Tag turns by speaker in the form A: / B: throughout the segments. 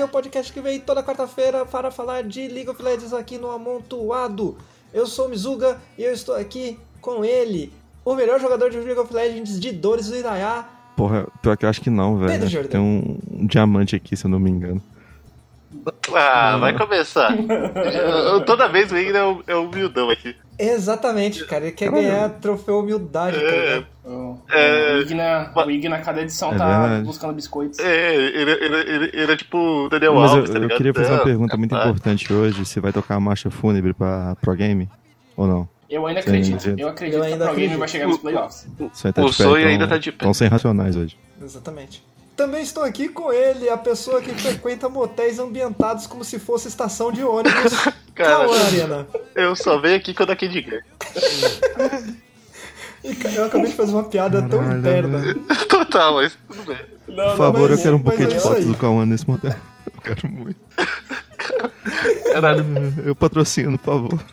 A: é o podcast que vem toda quarta-feira para falar de League of Legends aqui no Amontoado. Eu sou o Mizuga e eu estou aqui com ele, o melhor jogador de League of Legends de Dores do Inaiá.
B: Porra, pior que eu acho que não, velho.
A: Pedro
B: Acho que
A: Jordão.
B: Tem um, um diamante aqui, se eu não me engano.
C: Ah, vai começar. Eu- eu- toda vez o Igor é o- é o humildão aqui.
A: Exatamente, cara. Ele quer
B: Caralho.
A: ganhar troféu humildade, cara.
D: O,
C: É.
D: o Ig na, o Ig na cada edição
B: É
D: tá
B: verdade.
D: buscando biscoitos.
C: É, ele, ele, ele, ele é tipo o Daniel
B: Mas
C: Alves,
B: eu,
C: tá
B: eu
C: ligado?
B: queria fazer uma
C: Ah,
B: pergunta muito
C: capaz.
B: importante hoje: se vai tocar a marcha fúnebre pra Pro Game? Ou não?
D: Eu ainda
B: Sim,
D: acredito.
B: acredito.
D: Eu acredito
A: Eu
D: que o
A: ainda
D: programa
A: acredito.
D: vai chegar nos playoffs.
B: Isso aí
C: O sonho
B: então-
C: ainda tá de pé.
B: Então sem racionais hoje.
A: Exatamente. Também estou aqui com ele, a pessoa que frequenta motéis ambientados como se fosse estação de ônibus.
C: Cara,
A: Cauã Arena.
C: eu só venho aqui quando a Kid ganha.
A: E, cara, eu acabei de fazer uma piada tão
B: Caralho,
A: interna.
C: Total, mas tudo bem.
B: Por favor, eu quero um
A: mas
B: buquê de
A: é isso aí.
B: fotos do Cauã nesse motel. Eu quero muito.
C: Caralho.
B: Eu patrocino, por favor.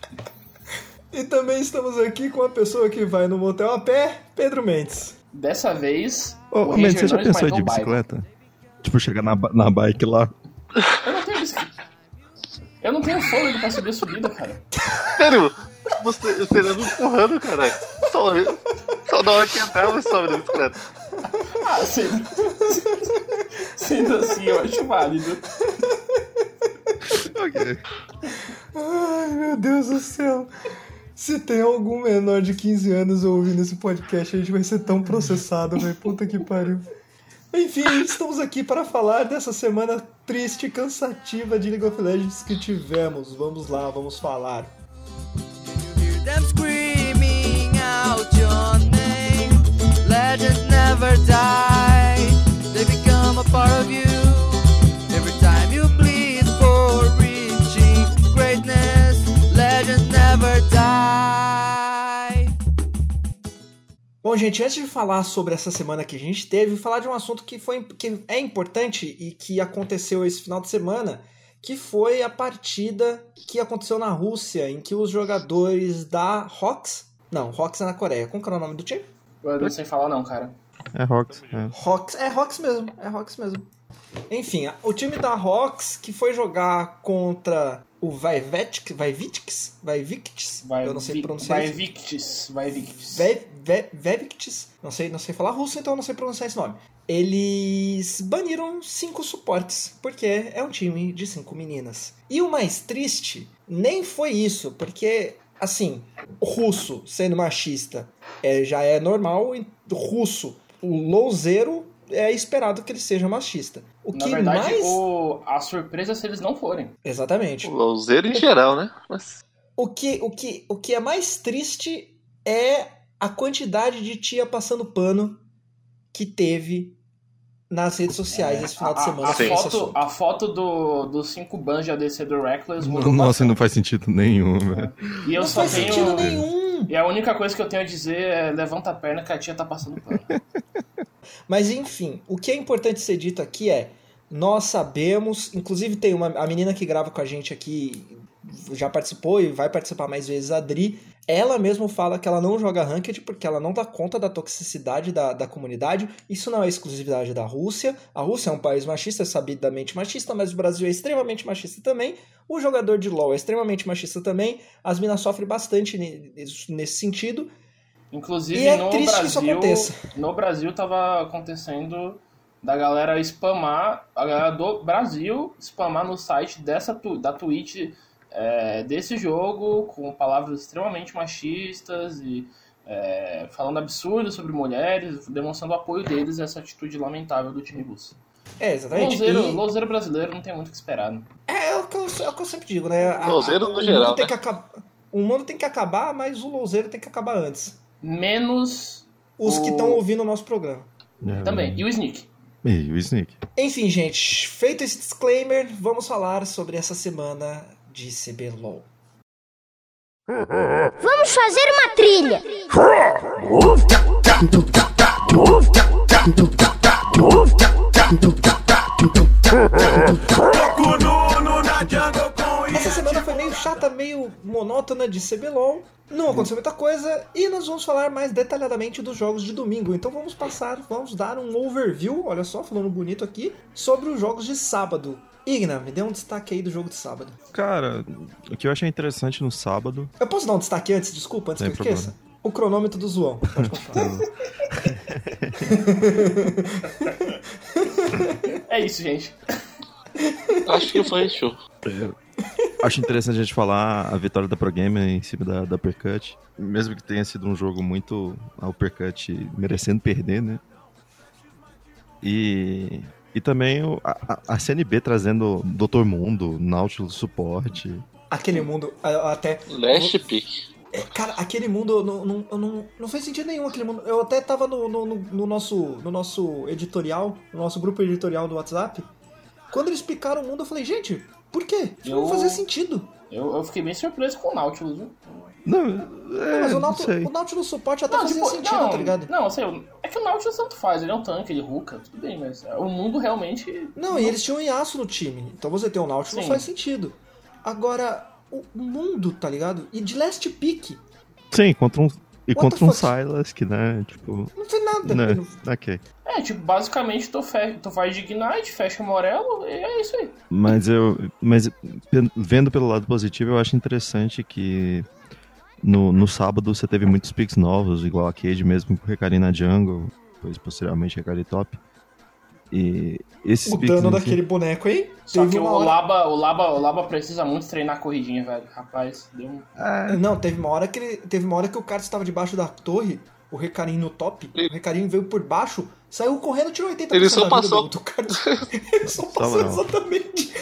A: E também estamos aqui com a pessoa que vai no motel a pé, Pedro Mendes.
D: Dessa vez.
B: Ô,
D: o
B: mas
D: Ranger
B: você já
D: não
B: pensou
D: esmatou
A: um
B: de
D: o Biden.
B: bicicleta? Tipo, chegar na, ba- na bike lá.
D: Eu não tenho bicicleta. Eu não tenho fôlego pra subir a subida, cara.
C: Sério, você, você tá me empurrando, caralho. Só, só na hora que entrar, você sobe na bicicleta.
D: Ah, sendo, sendo assim, eu acho válido.
A: Ai, meu Deus do céu. Se tem algum menor de 15 anos ouvindo esse podcast, a gente vai ser tão processado, velho. Puta que pariu. Enfim, estamos aqui para falar dessa semana triste e cansativa de League of Legends que tivemos. Vamos lá, vamos falar.
E: Hear them screaming out your name. Legends never die. They become a part of you. Every time you plead for reaching greatness, legends never die.
A: Bom, gente, antes de falar sobre essa semana que a gente teve, falar de um assunto que, foi, que é importante e que aconteceu esse final de semana, que foi a partida que aconteceu na Rússia, em que os jogadores da Rox. Não, Rox é na Coreia. Como que era o nome do time?
D: Eu não sei falar, não, cara.
B: É Rocks. É.
A: Rox. É Rox mesmo, é Rox mesmo. Enfim, a- o time da Rox que foi jogar contra o Vaivetics. Vaivitics? Vaivictis?
D: Vai,
A: Eu não sei
D: vi-
A: pronunciar
D: Vai
A: isso.
D: Victis. Vai Victis.
A: Ve- Ve- Vevictis, não sei, não sei falar russo, então eu não sei pronunciar esse nome. Eles baniram cinco suportes, porque é um time de cinco meninas. E o mais triste nem foi isso, porque assim, russo sendo machista é, já é normal, e russo, o louzeiro é esperado que ele seja machista. O
D: Na
A: que
D: verdade,
A: mais.
D: o- a surpresa é se eles não forem.
A: Exatamente.
C: O Louzeiro em geral, né? Mas
A: O que, o, que, o que é mais triste é a quantidade de tia passando pano que teve nas redes sociais esse final de
D: É, A-
A: semana.
D: A, a
A: sobre esse
D: foto,
A: assunto.
D: a foto do, dos cinco bans de ADC do Reckless mudou
B: Nossa, não faz sentido nenhum, velho.
D: bastante. E eu
A: Não
D: só
A: faz
D: tenho.
A: sentido nenhum.
D: E a única coisa que eu tenho a dizer é levanta a perna que a tia tá passando pano.
A: Mas enfim, o que é importante ser dito aqui é: nós sabemos, inclusive tem uma a menina que grava com a gente aqui, já participou e vai participar mais vezes, a Dri. Ela mesma fala que ela não joga ranked porque ela não dá conta da toxicidade da, da comunidade. Isso não é exclusividade da Rússia. A Rússia é um país machista, sabidamente machista, mas o Brasil é extremamente machista também. O jogador de LoL é extremamente machista também. As minas sofrem bastante ne- nesse sentido.
D: Inclusive,
A: E é
D: no
A: triste que isso
D: Brasil.
A: aconteça.
D: no Brasil tava acontecendo da galera spamar, a galera do Brasil spamar no site dessa tu- da Twitch é, desse jogo, com palavras extremamente machistas e é, falando absurdos sobre mulheres, demonstrando o apoio deles a essa atitude lamentável do time russo.
A: É, exatamente.
D: Louzeiro,
A: E-
D: louzeiro brasileiro não tem muito o que esperar. né?
A: É, é o que eu, é o que eu sempre digo, né? A-
C: Louzeiro
A: a-
C: no
A: o
C: geral,
A: mundo tem
C: né?
A: que acab- O mundo tem que acabar, mas o louzeiro tem que acabar antes.
D: Menos
A: Os que
D: O-
A: estão ouvindo o nosso programa.
B: É, né?
D: também. E o Sneak.
B: E o Snake?
A: Enfim, gente, feito esse disclaimer, vamos falar sobre essa semana de CBLOL.
F: Vamos fazer uma trilha.
A: Essa semana foi meio chata, meio monótona de CBLOL. Não aconteceu muita coisa e nós vamos falar mais detalhadamente dos jogos de domingo. Então vamos passar, vamos dar um overview, olha só, falando bonito aqui, sobre os jogos de sábado. Igna, me dê um destaque aí do jogo de sábado.
B: Cara, o que eu achei interessante no sábado.
A: Eu posso dar um destaque antes, desculpa, antes
B: Sem
A: que eu esqueça? O cronômetro do Zoão. Pode continuar.
D: É isso, gente.
G: Acho que foi, show.
B: Acho interessante a gente falar a vitória da Pro Gamer em cima da, da Uppercut. Mesmo que tenha sido um jogo muito a Uppercut merecendo perder, né? E, e também o- a, a- a CNB trazendo Dr. Mundo, Nautilus suporte.
A: Aquele mundo, a- até.
G: Last pick.
A: É, Cara, aquele mundo, eu não, não, eu não, não fez sentido nenhum aquele mundo. Eu até tava no, no, no- no nosso, no nosso editorial, no nosso grupo editorial do WhatsApp. Quando eles picaram o mundo, eu falei, gente, por quê? Isso não
D: Eu-
A: fazia sentido.
D: Eu, eu fiquei bem surpreso com o Nautilus, viu?
B: Não,
A: Não,
B: é,
A: mas o
B: não
A: Nautilus,
B: sei.
A: o Nautilus suporte até fazia sentido,
D: tipo, não,
A: tá ligado?
D: Não, assim, é que o Nautilus tanto faz, ele é um tanque, ele ruca, tudo bem, mas é, o mundo realmente.
A: Não, e eles tinham um Yasuo no time. Então você ter um Nautilus
D: Sim.
A: faz sentido. Agora, o mundo, tá ligado? E de last pick,
B: Sim, contra um, e
A: What
B: contra
A: the
B: um
A: fuck?
B: Silas, que né, tipo...
A: não foi nada.
B: Né,
A: Não-
B: ok.
D: É, tipo, basicamente tu, fe... tu faz de Ignite, fecha o Morello e é isso aí.
B: Mas eu. Mas pe- vendo pelo lado positivo, eu acho interessante que no, no sábado você teve muitos picks novos, igual a Cade mesmo com Recari na Jungle, depois posteriormente Recari top. E esses
A: O
B: picks.
A: dano
B: né,
A: daquele boneco, hein?
D: Só
A: Teve
D: que o
A: uma hora-
D: Laba, o, Laba, o Laba precisa muito treinar a corridinha, velho. Rapaz, deu um.
A: Não, teve uma hora que ele, teve uma hora que o cara estava debaixo da torre, o Recarim no top, o Recarim veio por baixo, saiu correndo, tirou 80%
G: Ele só
A: da vida
G: passou.
A: do, do cara. ele só passou
B: não.
A: exatamente.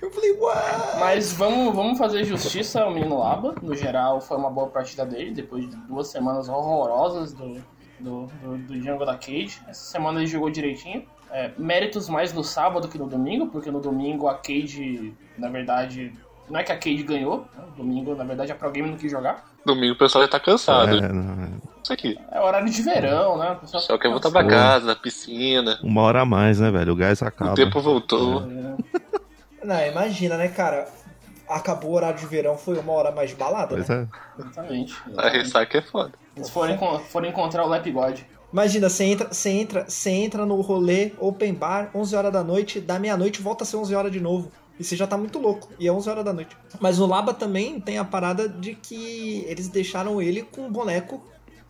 A: Eu falei, uau!
D: Mas vamos, vamos fazer justiça ao menino Laba. No geral, foi uma boa partida dele, depois de duas semanas horrorosas do, do, do, do Django da Cage. Essa semana ele jogou direitinho. É, méritos mais no sábado que no domingo, porque no domingo a Cage, na verdade, não é que a Cage ganhou, né? domingo, na verdade, a Pro Game não quis jogar.
G: Domingo o pessoal já tá cansado.
B: É, não, é.
G: Isso aqui.
D: É horário de verão, né? O
G: O
D: pessoal
G: pessoal quer
D: fica
C: tá
G: voltar pra
B: Boa.
G: casa, na piscina.
B: uma hora a mais, né, velho? O gás acaba.
G: O tempo voltou.
A: Não, imagina, né, cara? Acabou o horário de verão, foi uma hora mais de balada,
B: Pois
A: né?
B: é.
D: Exatamente.
A: Então,
G: A ressaca é foda.
D: Eles forem, con- forem encontrar o Lepigod.
A: Imagina, você entra, você entra, você entra no rolê open bar, 11 horas da noite, da meia-noite volta a ser 11 horas de novo. E você já tá muito louco, e é 11 horas da noite. Mas no Laba também tem a parada de que eles deixaram ele com um boneco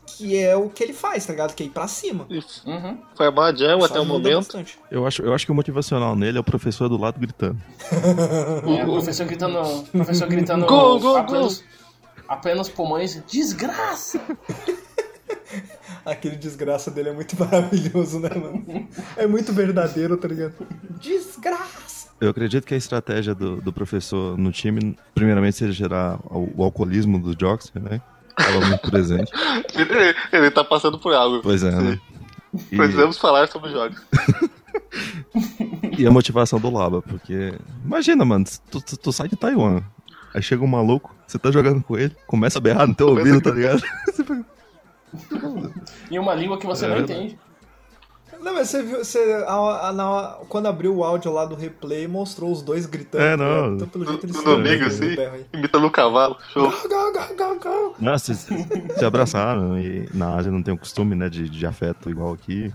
A: que é o que ele faz, tá ligado? Que é ir pra cima.
G: Isso.
D: Uhum.
G: Foi a Bajão
A: Isso
G: até o
A: ajuda
G: momento.
A: bastante.
B: Eu acho, eu acho que o motivacional nele é o professor do lado gritando.
D: É, o professor gritando, o professor gritando
G: Gol, gol,
D: a, plenos, a plenos pulmões, desgraça!
A: Aquele desgraça dele é muito maravilhoso, né, mano? É muito verdadeiro, tá ligado? Desgraça!
B: Eu acredito que a estratégia do, do professor no time, primeiramente, seja gerar o, o alcoolismo do Joxer, né? Tava muito presente.
G: Ele, ele tá passando por algo.
B: Pois é, né? E-
G: Precisamos falar sobre jogos.
B: E a motivação do Laba, porque. Imagina, mano, tu, tu- tu sai de Taiwan. Aí chega um maluco, você tá jogando com ele, começa a berrar no teu ouvido, tá ligado? Você fica,
D: Em uma língua que você não
B: É.
D: entende.
A: Não, mas você viu, você, a- a- na- quando abriu o áudio lá do replay, mostrou os dois gritando.
B: É,
A: tá
B: não.
A: ligado? Então, pelo jeito, eles
G: No
A: se amam,
G: domingo,
A: né, no
G: assim.
A: berro aí.
G: Imitando o cavalo.
A: Go,
G: Show.
A: go, go, go.
B: Nossa, eles se abraçaram. E na Ásia não tem o costume, né, de, de afeto igual aqui.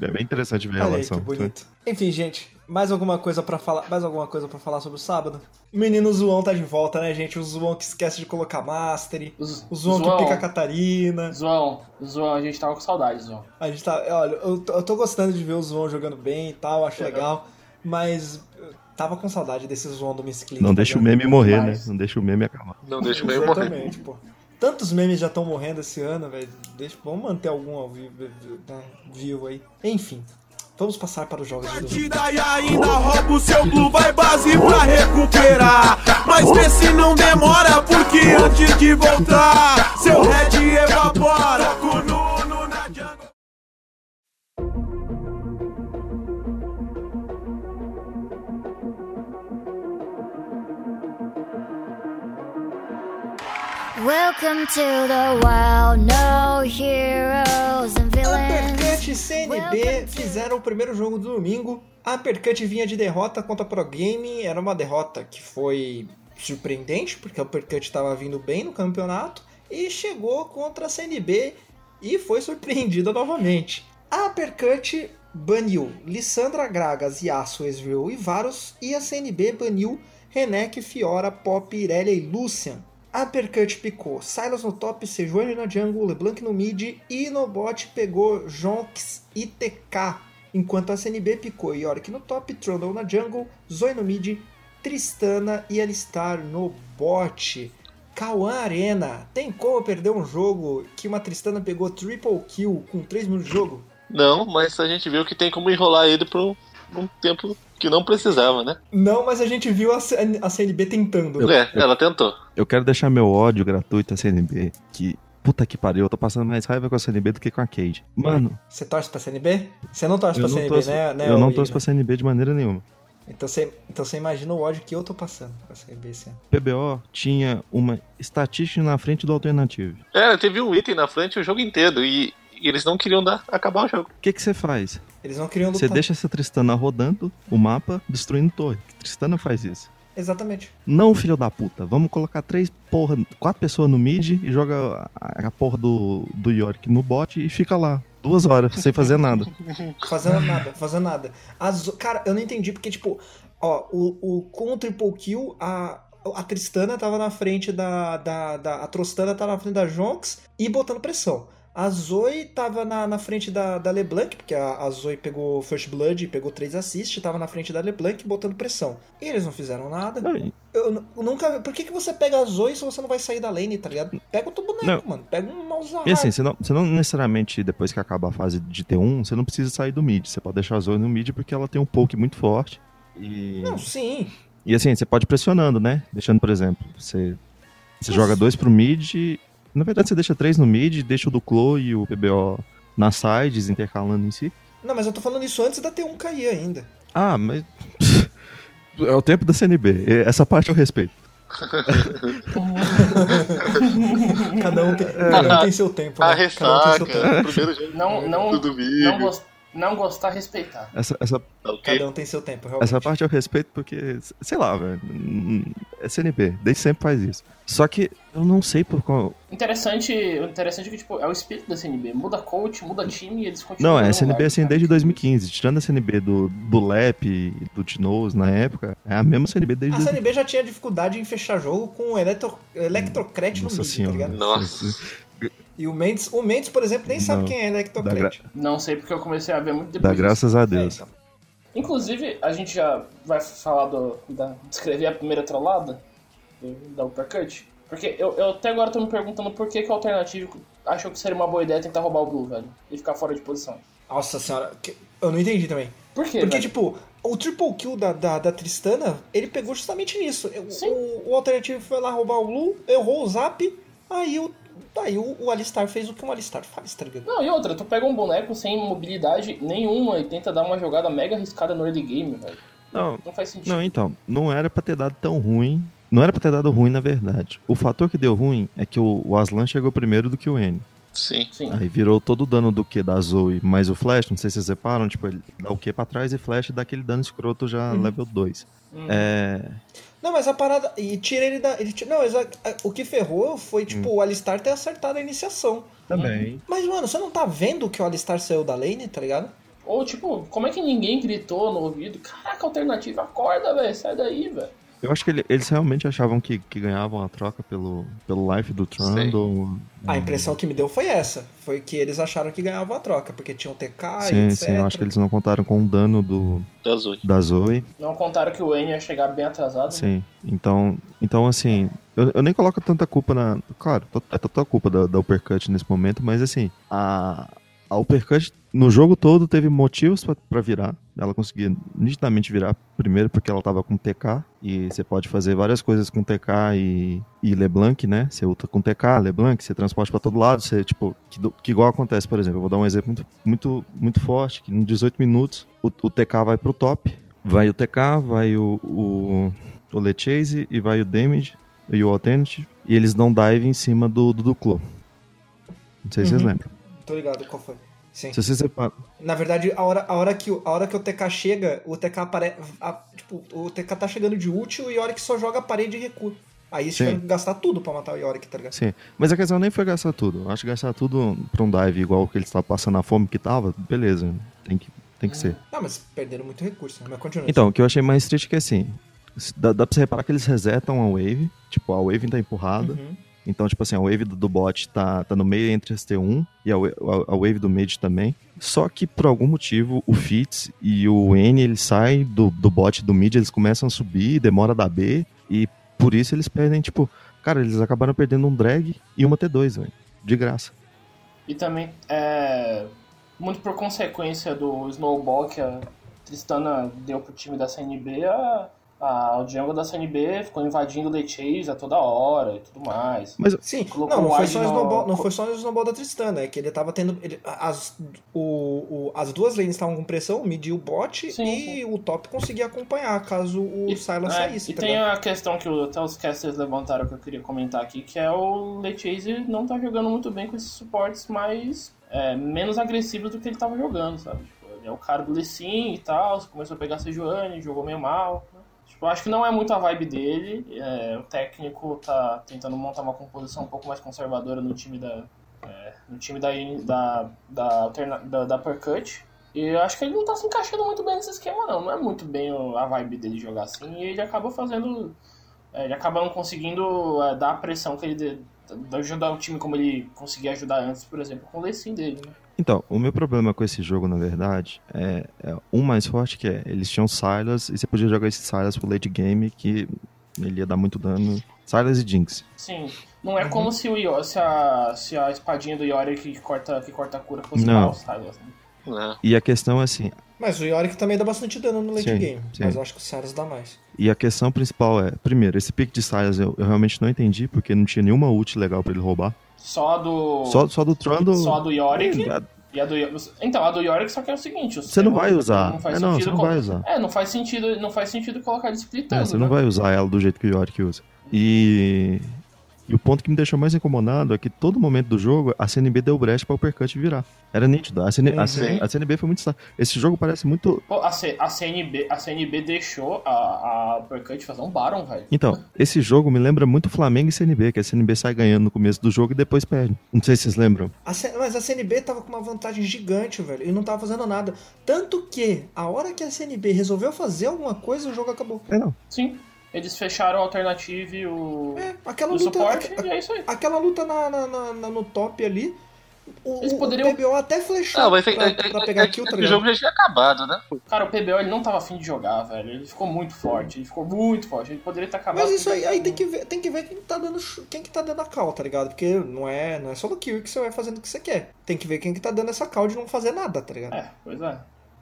B: É bem interessante ver a
A: Olha aí, que
B: relação. tá?
A: bonito. Enfim, gente, mais alguma coisa para falar, mais alguma coisa para falar sobre o sábado? O menino Zoão tá de volta, né, gente? O Zoão que esquece de colocar mastery.
D: Os-
A: O Zoão que pica a Catarina.
D: Zoão, Zoão, a gente tava com saudade, Zoão.
A: A gente tá, olha, eu, tô- eu tô gostando de ver o Zoão jogando bem e tal, acho legal, mas eu tava com saudade desse Zoão do Miss Click.
B: Não
A: tá
B: deixa o
A: ligado?
B: meme morrer, né?
D: Mas-
B: Não deixa o meme acabar.
G: Não deixa o meio morrer.
A: Exatamente, pô. Tantos memes já estão morrendo esse ano, velho. Deixa, vamos manter algum ao vivo, né, vivo aí. Enfim, vamos passar para os jogos de domingo.
H: partida e ainda rouba o seu blue vai base pra recuperar. Mas vê se não demora, porque antes de voltar, seu red evapora. Toco no, no, na jungle.
F: Welcome to the wild, no heroes and villains.
A: Uppercut e CNB fizeram o primeiro jogo do domingo. A Uppercut vinha de derrota contra a Pro Game. Era uma derrota que foi surpreendente, porque a Uppercut estava vindo bem no campeonato. E chegou contra a CNB e foi surpreendida novamente. A Uppercut baniu Lissandra Gragas e Aço Ezreal e Varus, e a CNB baniu Renek, Fiora, Pop, Irelia e Lucian. Uppercut picou Silas no top, Sejuani na jungle, LeBlanc no mid e no bot pegou Jonks e TK. Enquanto a CNB picou Yorick no top, Trundle na jungle, Zoe no mid, Tristana e Alistar no bot. Cauã Arena, tem como perder um jogo que uma Tristana pegou triple kill com 3 minutos de jogo?
G: Não, mas a gente viu que tem como enrolar ele por um, um tempo que não precisava, né?
A: Não, mas a gente viu a, C- a CNB tentando.
G: É, ela tentou.
B: Eu quero deixar meu ódio gratuito à CNB, que puta que pariu, eu tô passando mais raiva com a CNB do que com a Cade. Mano,
A: Você torce pra CNB? Você não torce
B: eu
A: pra
B: não
A: CNB,
B: torço,
A: né? né,
B: eu não
A: Igor?
B: torço pra CNB de maneira nenhuma.
A: Então você, então você imagina o ódio que eu tô passando pra CNB esse ano.
B: PBO tinha uma estatística na frente do Alternative.
G: É, teve um item na frente o jogo inteiro e, e eles não queriam dar, acabar o jogo.
B: O que que você faz?
A: Eles não queriam lutar.
B: Você deixa essa Tristana rodando o mapa, destruindo torre. Tristana faz isso.
A: Exatamente.
B: Não, filho da puta, vamos colocar três porra, quatro pessoas no mid e joga a, a porra do, do York no bot e fica lá. Duas horas, sem fazer nada.
A: Fazendo nada, fazendo nada. A Zo- Cara, eu não entendi, porque, tipo, ó, o, o, com o triple kill, a, a Tristana tava na frente da, da, da- A Trostana tava na frente da Jonks e botando pressão. A Zoe tava na, na frente da, da LeBlanc, porque a, a Zoe pegou First Blood e pegou três assists, tava na frente da LeBlanc botando pressão. E eles não fizeram nada.
B: Não,
A: Eu, nu- nunca. Por que, que você pega a Zoe se você não vai sair da lane, tá ligado? Pega outro boneco,
B: Não.
A: mano. Pega um Malzahar.
B: E assim, você não, você não necessariamente, depois que acaba a fase de T1, você não precisa sair do mid. Você pode deixar a Zoe no mid porque ela tem um poke muito forte. E,
A: Não, sim.
B: e assim, você pode ir pressionando, né? Deixando, por exemplo, você, você joga dois pro mid. e- Na verdade, você deixa três no mid, deixa o do Clo e o PBO na sides, intercalando em si.
A: Não, mas eu tô falando isso antes da T1 cair ainda.
B: Ah, mas. É o tempo da CNB. E Essa parte eu respeito.
A: Cada um tem, cada um tem seu tempo. né? Cada um
G: A Tá ressaca,
A: tem seu tempo.
G: primeiro jogo
D: Não, não,
G: do
D: não,
G: domingo,
D: gos- não gostar, respeitar.
B: Essa, essa,
G: tá ok?
A: Cada um tem seu tempo, realmente.
B: É. essa parte eu respeito porque, sei lá, velho. É CNB. Desde sempre faz isso. Só que eu não sei por qual.
D: Interessante, interessante que tipo, é o espírito da CNB. Muda coach, muda time e eles continuam.
B: Não, é
D: no
B: SNB
D: lugar,
B: assim
D: cara.
B: desde 2015. Tirando a SNB do, do Lep e do Tinoz na época, é a mesma SNB desde.
A: A CNB já tinha dificuldade em fechar jogo com o Electro, Electocrat no
B: Nossa
A: mid, tá
B: senhora.
A: ligado?
G: Nossa.
A: E o Mendes, o Mendes, por exemplo, nem sabe
B: Não.
A: quem é
B: Dá gra-
A: Electocrat.
D: Não sei porque eu comecei a ver muito depois.
B: Dá
D: disso.
B: graças a
A: É,
B: Deus.
A: então.
D: Inclusive, a gente já vai falar do. Da, descrever a primeira trollada do- da Uppercut. Porque eu, eu até agora tô me perguntando por que, que o alternativo achou que seria uma boa ideia tentar roubar o Blue, velho. E ficar fora de posição.
A: Nossa senhora, que- eu não entendi também.
D: Por quê?
A: Porque,
D: velho?
A: tipo, o triple kill da, da, da Tristana, ele pegou justamente nisso. Eu-
D: Sim.
A: O, o alternativo foi lá roubar o Blue, errou o zap, aí o, tá aí o, o Alistar fez o que um Alistar faz, tá ligado?
D: Não, e outra, tu pega um boneco sem mobilidade nenhuma e tenta dar uma jogada mega arriscada no early game, velho.
B: Não,
D: Não faz sentido.
B: não, então. Não era pra ter dado tão ruim. Não era pra ter dado ruim, na verdade. O fator que deu ruim é que o, o Aslan chegou primeiro do que o N.
G: Sim.
D: Sim.
B: Aí virou todo o dano do Q da Zoe mais o Flash, não sei se vocês reparam, tipo, ele dá o Q pra trás e Flash dá aquele dano escroto já level 2. É,
A: Não, mas a parada. E tira ele da. Ele tira- não, exa- o que ferrou foi,
B: Hum.
A: tipo, o Alistar ter acertado a iniciação.
B: também.
A: Mas, mano, você não tá vendo que o Alistar saiu da lane, tá ligado?
D: Ou tipo, como é que ninguém gritou no ouvido? Caraca, alternativa, acorda, velho, sai daí, velho.
B: Eu acho que ele- eles realmente achavam que, que ganhavam a troca pelo, pelo life do Trundle.
A: A impressão que me deu foi essa. Foi que eles acharam que ganhavam a troca, porque tinham TK e
B: sim,
A: etc.
B: sim, eu acho que eles não contaram com o dano do,
G: Da Zoe.
B: da Zoe.
D: Não contaram que o N ia chegar bem atrasado. né?
B: Sim. Então, então assim, eu, eu nem coloco tanta culpa na. Claro, to- é total culpa da, da Uppercut nesse momento, mas assim, a, a Uppercut no jogo todo teve motivos pra- pra virar. Ela conseguia nitidamente virar, primeiro porque ela tava com TK, e você pode fazer várias coisas com TK e, e LeBlanc, né? Você luta com TK, LeBlanc, você transporte pra todo lado, você, tipo, que, do- que igual acontece, por exemplo, eu vou dar um exemplo muito, muito, muito forte, que em 18 minutos o, o TK vai pro top, vai o TK, vai o- o o Lechase e vai o Damage e o Alternate. E eles dão dive em cima do, do Duclo. Não sei se vocês
A: Uhum.
B: lembram.
A: Tô ligado qual foi. Sim.
B: Se vocês reparam.
A: Na verdade, a hora, a, hora que, o- a hora que o TK chega, o TK aparece. Tipo, o TK tá chegando de útil e o Yorick só joga a parede e recua. Aí eles
B: Sim.
A: tiveram que gastar tudo pra matar o Yorick, tá ligado?
B: Sim. Mas a questão nem foi gastar tudo. Eu Acho que gastar tudo pra um dive igual que eles estavam passando a fome que tava, beleza. Tem que Tem que ser.
A: Não, mas perderam muito recurso, né? Mas continua.
B: Então, o que eu achei mais triste é que assim, se- dá, dá pra você reparar que eles resetam a wave, tipo, a wave tá empurrada.
A: Uhum.
B: Então, tipo assim, a wave do, do bot tá, tá no meio entre as T1 e a, wa- a- a wave do mid também. Só que, por algum motivo, o Fitz e o N, ele sai do, do bot do mid, eles começam a subir, demora da B, e por isso eles perdem, tipo... Cara, eles acabaram perdendo um drag e uma T2, velho. De graça.
D: E também é muito por consequência do snowball que a Tristana deu pro time da CNB, a, a, o Django da CNB ficou invadindo o The Chase a toda hora e tudo mais.
B: Mas
A: Sim,
D: Colocou um
A: não, não
D: o
A: foi,
D: Wise
A: só o
D: no-
A: snowball, não foi só o snowball da Tristana, é que ele tava tendo. ele- as, o, o- as duas lanes estavam com pressão, mediu o bot
D: Sim,
A: e
D: sim.
A: o top conseguia acompanhar caso o Sylas
D: É,
A: saísse.
D: e
A: tá
D: tem
A: ligado?
D: a questão que o- até os casters levantaram que eu queria comentar aqui, que é o Lechase não tá jogando muito bem com esses suportes mais é, menos agressivos do que ele tava jogando, sabe? Tipo, ele é o cara do Lecim e tal, começou a pegar Sejuani, jogou meio mal. né? Tipo, eu acho que não é muito a vibe dele. é, o técnico tá tentando montar uma composição um pouco mais conservadora no time da. é, no time da, da, da, alterna- da, da Uppercut. E eu acho que ele não tá se encaixando muito bem nesse esquema, não. Não é muito bem o- a vibe dele jogar assim. E ele acaba fazendo. é, Ele acaba não conseguindo é, dar a pressão que ele. De, de ajudar o time como ele conseguia ajudar antes, por exemplo, com o Lecim dele. Né?
B: Então, o meu problema com esse jogo, na verdade, é, é um mais forte que é, eles tinham Silas e você podia jogar esse Silas pro late game que ele ia dar muito dano. Silas e Jinx.
D: Sim. Não é
B: Uhum.
D: como se, o Io, se, a, se a espadinha do Yori que corta, que corta a cura fosse
B: Não.
D: mal, tá sabe?
G: né?
B: E a questão é assim,
A: Mas o Yorick também dá bastante dano no late
B: Sim,
A: game,
B: sim.
A: mas eu acho que o Sylas dá mais.
B: e a questão principal é, primeiro, esse pick de Silas eu, eu realmente não entendi porque não tinha nenhuma ult legal pra ele roubar.
D: Só a do.
B: Só, só do Trundle...
D: Só a do Yorick
B: É,
D: e a do Então, a do Yorick só que é o seguinte: o
B: Você não
D: sistema
B: vai usar.
D: Não faz
B: É, não,
D: sentido
B: você não
D: colo-
B: vai usar.
D: É, não faz sentido, não faz sentido colocar ele né? splitando.
B: É, você não vai usar ela do jeito que o Yorick usa. E... E o ponto que me deixou mais incomodado é que todo momento do jogo a CNB deu brecha pra Uppercut virar. Era nítido. A, CN... a,
D: Uhum.
B: CN... a CNB foi muito. sa- Esse jogo parece muito.
D: Pô, a, C- a CNB, a CNB deixou a, a Uppercut fazer um Baron, velho.
B: Então, esse jogo me lembra muito Flamengo e CNB, que a CNB sai ganhando no começo do jogo e depois perde. Não sei se vocês lembram.
A: A C- mas a CNB tava com uma vantagem gigante, velho, e não tava fazendo nada. Tanto que, a hora que a CNB resolveu fazer alguma coisa, o jogo acabou.
B: É não.
D: Sim. Eles fecharam a alternativa e o,
A: É, aquela
D: o
A: luta,
D: suporte
A: aque-
D: e é isso aí.
A: aquela luta na, na- na- na- no top ali. O,
D: Eles
A: o-
D: poderiam-
A: o PBO até flechou
G: Ah, mas é,
A: pra,
G: é,
A: pra
G: é,
A: pegar
G: é,
A: kill,
G: que
A: tá
G: o
A: ligado?
G: jogo já tinha acabado, né?
D: Cara, o PBO ele não tava afim de jogar, velho. Ele ficou muito forte. Ele ficou muito forte. Ele poderia ter acabado.
A: Mas isso aí, aí
D: com-
A: tem que ver, tem que ver quem tá dando chu- quem que tá dando a call, tá ligado? Porque não é, não é só no kill que você vai fazendo o que você quer. Tem que ver quem que tá dando essa call de não fazer nada, tá ligado?
D: É, pois é.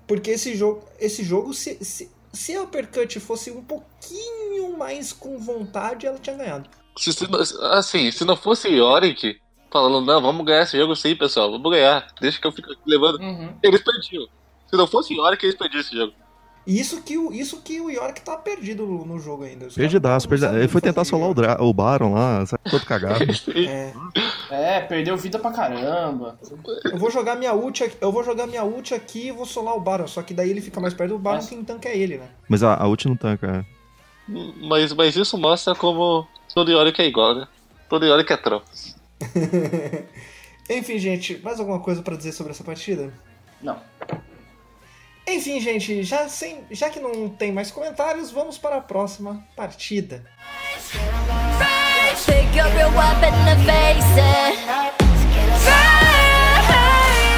A: Porque esse jogo, esse jogo se, se, se a Uppercut fosse um pouquinho mais com vontade, ela tinha ganhado.
G: Se, se não- assim, se não fosse Yorick falando, não, vamos ganhar esse jogo sim, pessoal, vamos ganhar, deixa que eu fico aqui levando.
D: Uhum.
G: Eles perdiam. Se não fosse Yorick, eles perdiam esse jogo.
A: E isso que o, isso que o York tá perdido no no jogo ainda. Os caras
B: Perdidaço,
A: não
B: perdidaço.
A: sabem
B: Ele foi
A: fazer
B: tentar
A: isso.
B: solar o, dra... o Baron lá, sabe? Todo cagado.
A: É.
D: É, perdeu vida pra caramba.
A: Eu vou jogar minha ult aqui, eu vou jogar minha ult aqui e vou solar o Baron, só que daí ele fica mais perto do Baron,
D: Nossa.
A: quem tanca é ele, né?
B: Mas a, a ult não tanca. né?
G: Mas, mas isso mostra como todo Yorick é igual, né? Todo Yorick é troll.
A: Enfim, gente, mais alguma coisa pra dizer sobre essa partida?
D: Não.
A: Enfim, gente, já sem, já que não tem mais comentários, vamos para a próxima partida.
F: Pick up your weapon and face it.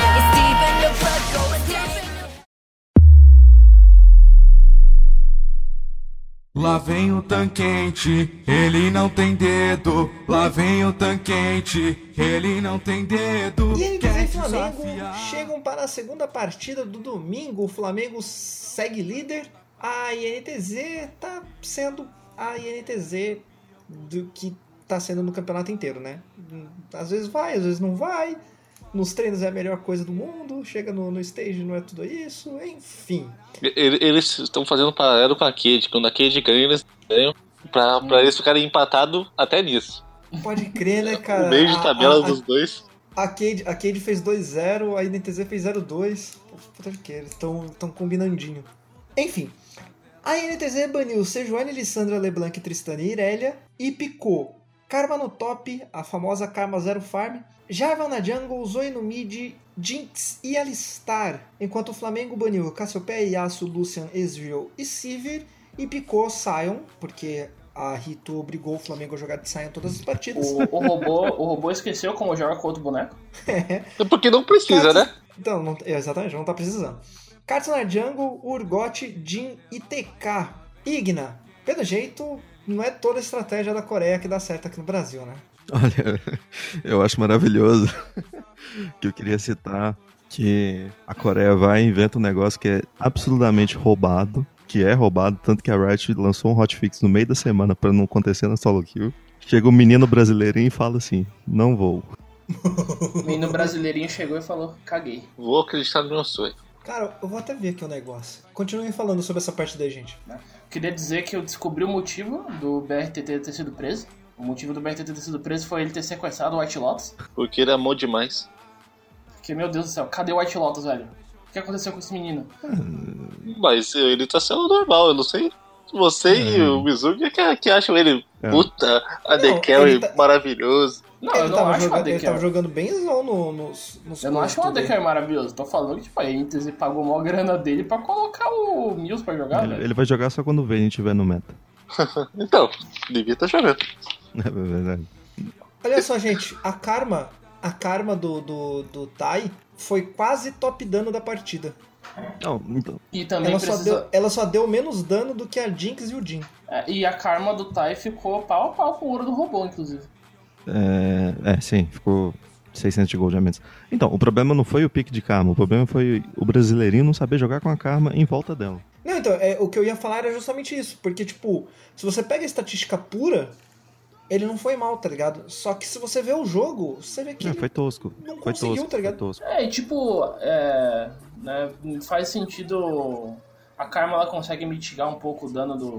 F: It's deep in your blood, going deep.
H: Lá vem o tanquente, ele não tem dedo. Lá vem o tanquente, ele não tem dedo.
A: E
H: Quer
A: MBZ e Flamengo
H: desafiar?
A: chegam para a segunda partida do domingo. O Flamengo segue líder. A INTZ tá sendo a INTZ do que tá sendo no campeonato inteiro, né? Às vezes vai, às vezes não vai. Nos treinos é a melhor coisa do mundo. Chega no, no stage, não é tudo isso. Enfim.
G: E- ele- Eles estão fazendo paralelo com a Cade. Quando a Cade ganha, eles ganham pra, pra eles ficarem empatados até nisso.
A: Pode crer, né, cara?
G: o meio Um de
A: A-
G: tabela
A: a- a-
G: dos dois.
A: A Cade, a Cade fez 2-0, a INTZ fez 0-2. Puta que eles estão tão combinandinho. Enfim, a INTZ baniu Sejuani, Lissandra, Leblanc, Tristana e Irelia e picou Karma no top, a famosa Karma Zero Farm. Jarvan na jungle, Zoe no mid, Jinx e Alistar. Enquanto o Flamengo baniu Cassiopeia, Yasuo, Lucian, Ezreal e Sivir. E picou Sion, porque a Rito obrigou o Flamengo a jogar de Sion todas as partidas.
D: O, o robô, o robô esqueceu como joga com outro boneco.
G: É porque não precisa, né?
A: Então, não- é, exatamente, não tá precisando. Cards na Jungle, Urgot, Jin e TK. Igna, pelo jeito, não é toda a estratégia da Coreia que dá certo aqui no Brasil, né?
B: Olha, eu acho maravilhoso que eu queria citar que a Coreia vai e inventa um negócio que é absolutamente roubado, que é roubado, tanto que a Riot lançou um hotfix no meio da semana pra não acontecer na solo queue. Chega um menino brasileirinho e fala assim: "Não vou".
D: O menino brasileirinho chegou e falou, caguei.
G: Vou acreditar no meu sonho.
A: Cara, eu vou até ver aqui o negócio. Continuem falando sobre essa parte daí, gente.
D: Queria dizer que eu descobri o motivo do BRTT ter sido preso. O motivo do BRTT ter sido preso foi ele ter sequestrado o White Lotus.
G: Porque ele amou demais.
D: Porque, meu Deus do céu, cadê o White Lotus, velho? O que aconteceu com esse menino?
G: Mas ele tá sendo normal, eu não sei. Você e o Mizuki que, que acham ele
B: É.
G: puta, a
A: Não,
G: The Carry
A: ele tá-
G: maravilhoso.
D: Não, eu
A: ele,
D: não
A: tava
D: acho o
A: jogando, ele
D: ADK.
A: tava jogando benzão no, nos, nos
D: Eu não
A: pontos
D: acho o
A: dele.
D: ADK maravilhoso. Tô falando que, tipo, a Entes pagou mó grana dele pra colocar o Mills pra jogar,
B: Ele,
D: velho.
B: ele vai jogar só quando o Vayne tiver no meta.
G: Então, devia tá chorando.
B: É verdade.
A: Olha só, gente, a Karma, a Karma do, do, do Tai foi quase top dano da partida.
B: Não, então,
D: E também
A: Ela só,
D: precisa...
A: deu, ela só deu menos dano do que a Jinx e o Jin.
D: É, E a karma do Tai ficou pau a pau com o ouro do robô, inclusive.
B: é, é, sim, ficou 600 de gold a menos. Então, o problema não foi o pique de karma, o problema foi o brasileirinho não saber jogar com a karma em volta dela.
A: Não, então, é, o que eu ia falar era justamente isso. Porque, tipo, se você pega a estatística pura, ele não foi mal, tá ligado? Só que se você vê o jogo, você vê que
B: É,
A: ele
B: foi tosco.
A: não
B: Foi
A: conseguiu,
B: tosco,
A: tá ligado?
B: foi tosco.
D: É, e tipo, é, né, faz sentido. A Karma ela consegue mitigar um pouco o dano do,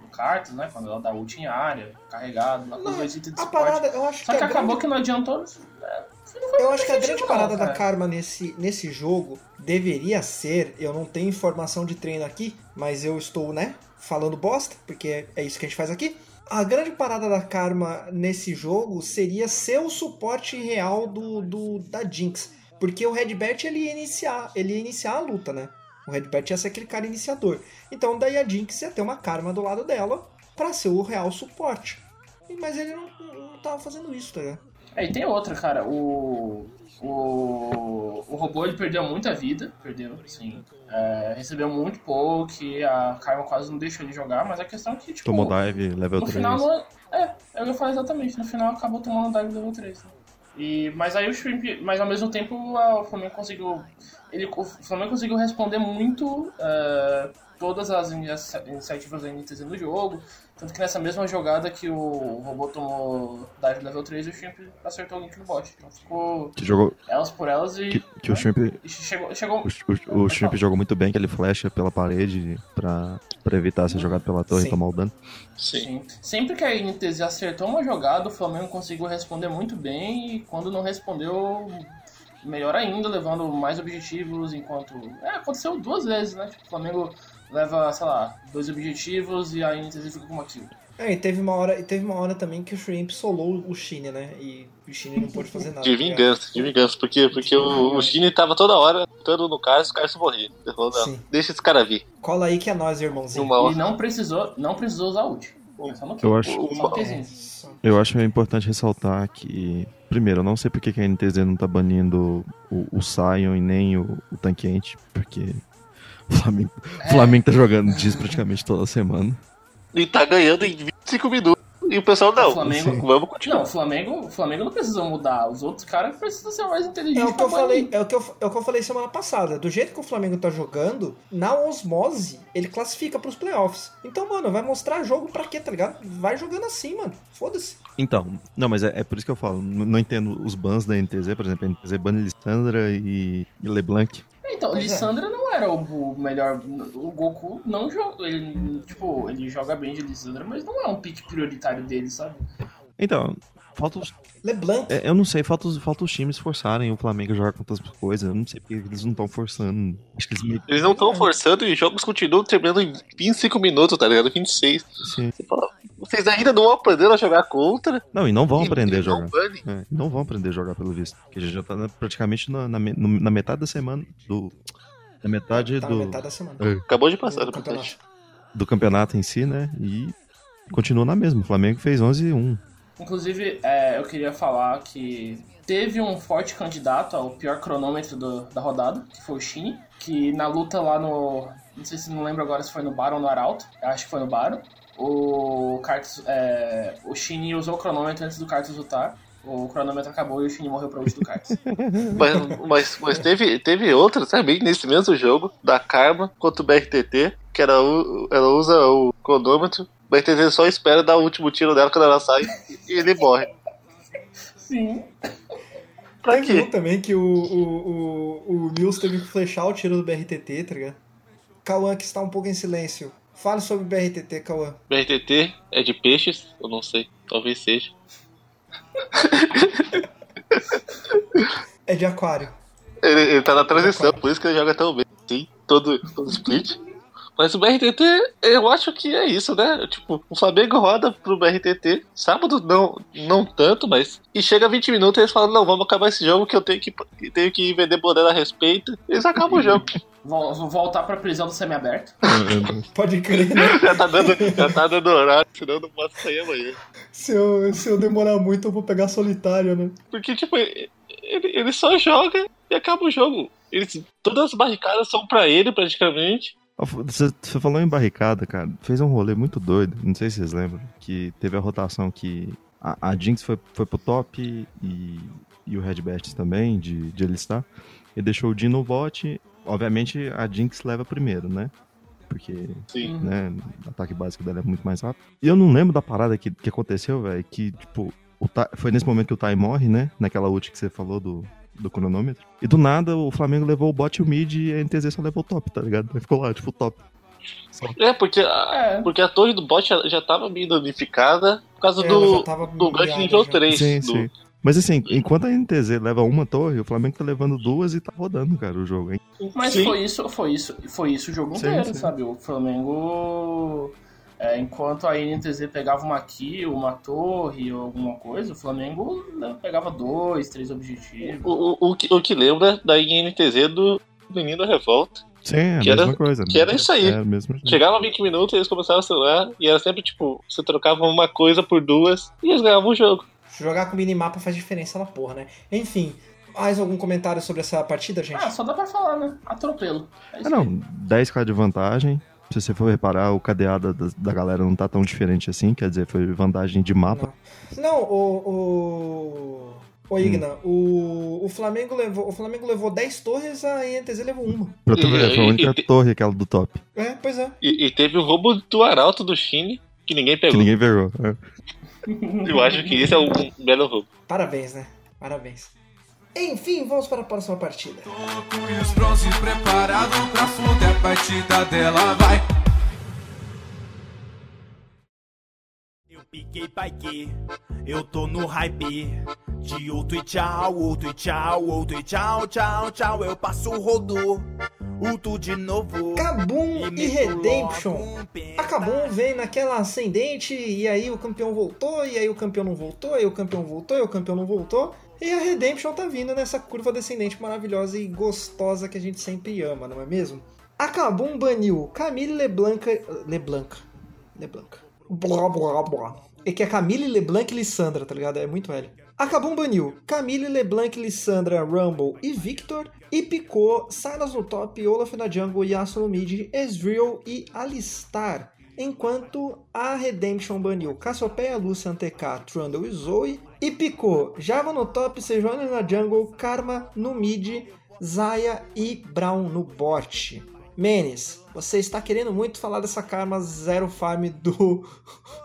D: do Cartus, né? Quando ela dá ult em área, carregado, lá com
A: Não,
D: os dois itens de
A: Né, A
D: suporte.
A: parada, eu acho
D: Só
A: que, é
D: que
A: a
D: acabou
A: grande,
D: que não adiantou.
A: eu acho que a grande
D: sentido,
A: parada
D: não,
A: da
D: cara.
A: Karma nesse, nesse jogo deveria ser, eu não tenho informação de treino aqui, mas eu estou, né, falando bosta, porque é, é isso que a gente faz aqui. A grande parada da Karma nesse jogo seria ser o suporte real do, do da Jinx, porque o Redbert ele ia iniciar, ele ia iniciar a luta, né? O Redbert ia ser aquele cara iniciador. Então daí a Jinx ia ter uma Karma do lado dela pra ser o real suporte. Mas ele não, não tava fazendo isso, tá ligado?
D: É, e tem outra, cara. O. O, o robô ele perdeu muita vida, perdeu, sim. É, recebeu muito pouco, e a Karma quase não deixou ele jogar, mas a questão é que, tipo.
B: Tomou dive, level
D: No
B: 3.
D: final, não- é, é o que eu falei exatamente. No final acabou tomando o dive level 3. né? E, mas aí o Shrimp, mas ao mesmo tempo a- o Flamengo conseguiu. Ele, o Flamengo conseguiu responder muito eh, todas as inicia- iniciativas da NTZ no jogo. Tanto que nessa mesma jogada que o robô tomou dive level 3, o Shrimp acertou o link no bot. Então ficou
B: Que, jogou,
D: elas por elas e. né?
B: que, que o Shrimp,
D: e chegou, chegou,
B: o, o- o Shrimp jogou muito bem, que ele flecha pela parede pra, pra evitar ser jogado pela torre
A: Sim.
B: e tomar o dano.
G: Sim.
D: Sim. Sempre que a NTZ acertou uma jogada, o Flamengo conseguiu responder muito bem e quando não respondeu, melhor ainda, levando mais objetivos enquanto. É, aconteceu duas vezes, né? Tipo, o Flamengo leva, sei lá, dois objetivos e a NTZ fica com uma kill.
A: É, e teve uma hora, e teve uma hora também que o Shrimp solou o Shine, né? E o Shine não pôde fazer nada.
G: De vingança, de vingança. Por quê? Porque o, o Shine tava toda hora lutando no cara e os caras morriam. Ele falou, não,
A: Sim.
G: deixa esse cara vir.
A: tá ligado? Cola aí que é nós, irmãozinho.
G: Uma
D: E
G: hora.
D: não precisou, não precisou usar ult. Foi Só no kill.
B: Eu acho-
D: é Só assim, no
A: É,
D: Qzinho.
A: só-
B: Eu acho importante ressaltar que, primeiro, eu não sei porque que a NTZ não tá banindo o, o Sion e nem o, o Tanquente, porque o Flamengo,
D: É.
B: o Flamengo tá jogando disso praticamente toda semana.
G: E tá ganhando em 25 minutos. E o pessoal, não,
D: O Flamengo-
G: vamos continuar.
D: Não, o Flamengo, o Flamengo não precisa mudar. Os outros caras precisam ser mais inteligentes.
A: É o que eu
D: pra
A: falei,
D: banir.
A: é o que eu, é o que eu falei semana passada. Do jeito que o Flamengo tá jogando, na osmose, ele classifica pros playoffs. Então, mano, vai mostrar jogo pra quê, tá ligado? Vai jogando assim, mano. Foda-se.
B: Então, não, mas é, é por isso que eu falo, n- não entendo os bans da NTZ, por exemplo, a NTZ bane Lissandra e, e LeBlanc.
D: Então,
A: Pois é.
D: Lissandra não era o, o melhor. O Goku não joga. Ele, tipo, ele joga bem de Lissandra, mas não é um pick prioritário dele, sabe?
B: Então, falta os
A: LeBlanc. tá
B: É, eu não sei, falta os, falta os times forçarem o Flamengo a jogar com tantas coisas. Eu não sei porque eles não estão forçando. Acho que eles meio
G: Eles não estão forçando e os jogos continuam terminando em 25 minutos, tá ligado? 26.
B: que se-
G: Você fala,
C: Vocês ainda não aprenderam a jogar contra.
B: Não, e não vão
C: E-
B: aprender
C: e
B: a jogar.
C: Não banem.
B: É, não vão aprender a jogar, pelo visto. Porque a gente já tá na- praticamente na, na me- no- na metade da semana. Do, na metade,
A: Tá na
B: do,
A: metade da semana.
B: É.
G: Acabou de passar,
A: Do campeonato.
G: importante.
B: do campeonato em si, né? E continua na mesma. O Flamengo fez 11 e 1.
D: Inclusive, é, eu queria falar que teve um forte candidato ao pior cronômetro do- da rodada, que foi o Shin, que na luta lá no. Não sei se não lembro agora se foi no Baron ou no Arauto, eu acho que foi no Baron. O, Cartus, é, o Shin usou o cronômetro antes do Cartus lutar. O cronômetro acabou e o Shin morreu pra ult do Cartus.
C: Mas, mas, mas teve, teve outra também nesse mesmo jogo, da Karma contra o BRTT, que ela, u- ela usa o cronômetro. O BRTT só espera dar o último tiro dela quando ela sai e ele morre.
D: Sim.
G: Tá
C: Pra
A: Teve
C: quê?
A: um também que o, o, o, o Nils teve que flechar o tiro do BRTT, tá ligado? Cauã, que está um pouco em silêncio. Fale sobre o BRTT, Cauã.
G: BRTT é de peixes? Eu não sei. Talvez seja.
A: É de aquário.
C: Ele, ele tá na transição, por isso que ele joga tão bem, sim, todo, todo split. Mas o BRTT, eu acho que é isso, né? Tipo, o Flamengo roda pro BRTT, sábado não, não tanto, mas. E chega 20 minutos e eles falam: não, vamos acabar esse jogo que eu tenho que, tenho que vender boné a respeito. Eles acabam o jogo.
D: Vol- Vou voltar pra prisão do semiaberto.
A: Pode crer, né?
C: Já tá dando, já tá dando horário, senão eu não posso sair amanhã.
A: Se eu, se eu demorar muito, eu vou pegar solitário, né?
G: Porque, tipo, ele, ele só joga e acaba o jogo. Eles, todas as barricadas são pra ele, praticamente.
B: Ó, f- Você você falou em barricada, cara. Fez um rolê muito doido. Não sei se vocês lembram. Que teve a rotação que a, a Jinx foi, foi pro top e, e o Red Best também, de, de alistar. E deixou o Dino no bot. Obviamente a Jinx leva primeiro, né? Porque
G: Sim.
B: né? O ataque básico dela é muito mais rápido. E eu não lembro da parada que, que aconteceu, velho, que, tipo, o Ta- foi nesse momento que o Tai morre, né? Naquela ult que você falou do, do cronômetro. E do nada, o Flamengo levou o bot e o mid e a NTZ só levou o top, tá ligado? Aí ficou lá, tipo, o top.
G: É, porque
C: ah,
G: a,
D: É.
G: porque a torre do bot já, já tava meio danificada por causa
A: É, ela
G: do,
A: já tava
G: do gancho
A: miada
G: nível
A: já.
G: 3.
B: sim,
G: do,
B: sim. Mas assim, enquanto a NTZ leva uma torre, o Flamengo tá levando duas e tá rodando, cara, o jogo, hein?
D: Mas
G: Sim.
D: foi isso, foi isso, foi isso o jogo
B: Sim,
D: inteiro,
B: sim.
D: sabe? O Flamengo, é, enquanto a NTZ pegava uma kill, uma torre ou alguma coisa, o Flamengo né, pegava dois, três objetivos.
G: O, o, o, que, o que lembra da INTZ do Menino da Revolta.
B: Sim, é a
G: Que
B: mesma
G: era-
B: coisa.
G: que era isso aí.
B: É a mesma coisa.
G: Chegava 20 minutos, eles começavam a acelerar, e era sempre tipo, você trocava uma coisa por duas, e eles ganhavam o jogo.
A: Jogar com minimapa faz diferença na porra, né? Enfim, mais algum comentário sobre essa partida, gente?
D: Ah, só dá pra falar, né? Atropelo. É
B: Ah,
D: isso
B: não,
D: aí.
B: 10k de vantagem. Se você for reparar, o cadeado da, da galera não tá tão diferente assim, quer dizer, foi vantagem de mapa.
A: Não, o. o... Ô,
G: Hum.
A: Igna, o, o Flamengo levou, o Flamengo levou 10 torres, a INTZ levou uma.
G: Uhum.
B: Pra tu ver, foi a única
G: E- e-
B: torre aquela do top,
A: É, pois é.
G: E, e teve o roubo do Arauto do Chine, que ninguém
B: que
G: pegou.
B: ninguém pegou. É.
G: Eu acho que esse é um belo roubo.
A: Parabéns, né? Parabéns. Enfim, vamos para a próxima partida.
H: Toco e os bronzes preparados pra fundo, é a partida dela, vai.
I: Eu piquei paique, eu tô no hype. De outro e tchau, outro e tchau, outro e tchau, tchau, tchau. Eu passo o rodo, outro de novo.
A: Kabum e
I: meto
A: Redemption.
I: logo um penta.
A: A Kabum vem naquela ascendente e aí o campeão voltou, e aí o campeão não voltou, e aí o campeão voltou, e o campeão não voltou. E a Redemption tá vindo nessa curva descendente maravilhosa e gostosa que a gente sempre ama, não é mesmo? A Kabum baniu Camille Leblanca. Leblanca. Leblanca. Blá blá blá. É que é Camille Leblanc e Lissandra, tá ligado? É muito velho. A Kabum baniu Camille Leblanc, Lissandra, Rumble e Victor. E picou Silas no top, Olaf na jungle, Yasuo no mid, Ezreal e Alistar. Enquanto a Redemption baniu Cassiopeia, Lucian, TK, Trundle e Zoe. E picou Java no top, Sejuani na jungle, Karma no mid, Zaya e Brown no bot. Menes, você está querendo muito falar dessa Karma Zero Farm do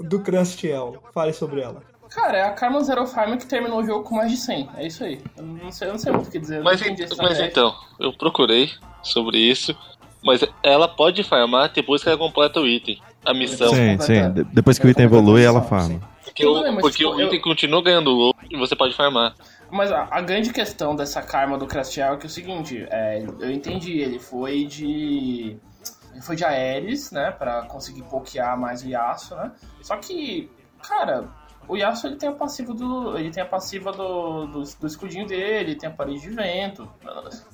A: do Crustiel. Fale sobre ela.
D: Cara, é a Karma Zero Farm que terminou o jogo com mais de 100. É isso aí. Eu não sei, eu não sei muito o que dizer. eu não
G: Mas,
D: entendi a
G: ent- mas
D: estratégia.
G: então, eu procurei sobre isso, mas ela pode farmar depois que ela completa o item, a missão.
D: Sim.
B: sim, sim.
D: completar-
B: de- depois que o item
D: completar
B: evolui,
D: a
B: ela
D: missão,
B: farma.
G: Porque, o,
D: Tudo bem, mas,
G: porque
D: tipo,
G: o item
D: eu-
G: continua ganhando o ouro e você pode farmar.
D: Mas a, a grande questão dessa karma do Crastial é que é o seguinte, é, eu entendi, ele foi de Ele foi de Ares, né? Pra conseguir pokear mais o Yasuo, né? Só que, cara, o Yasuo ele tem a passiva do. Ele tem a passiva do, do, do escudinho dele, tem a parede de vento.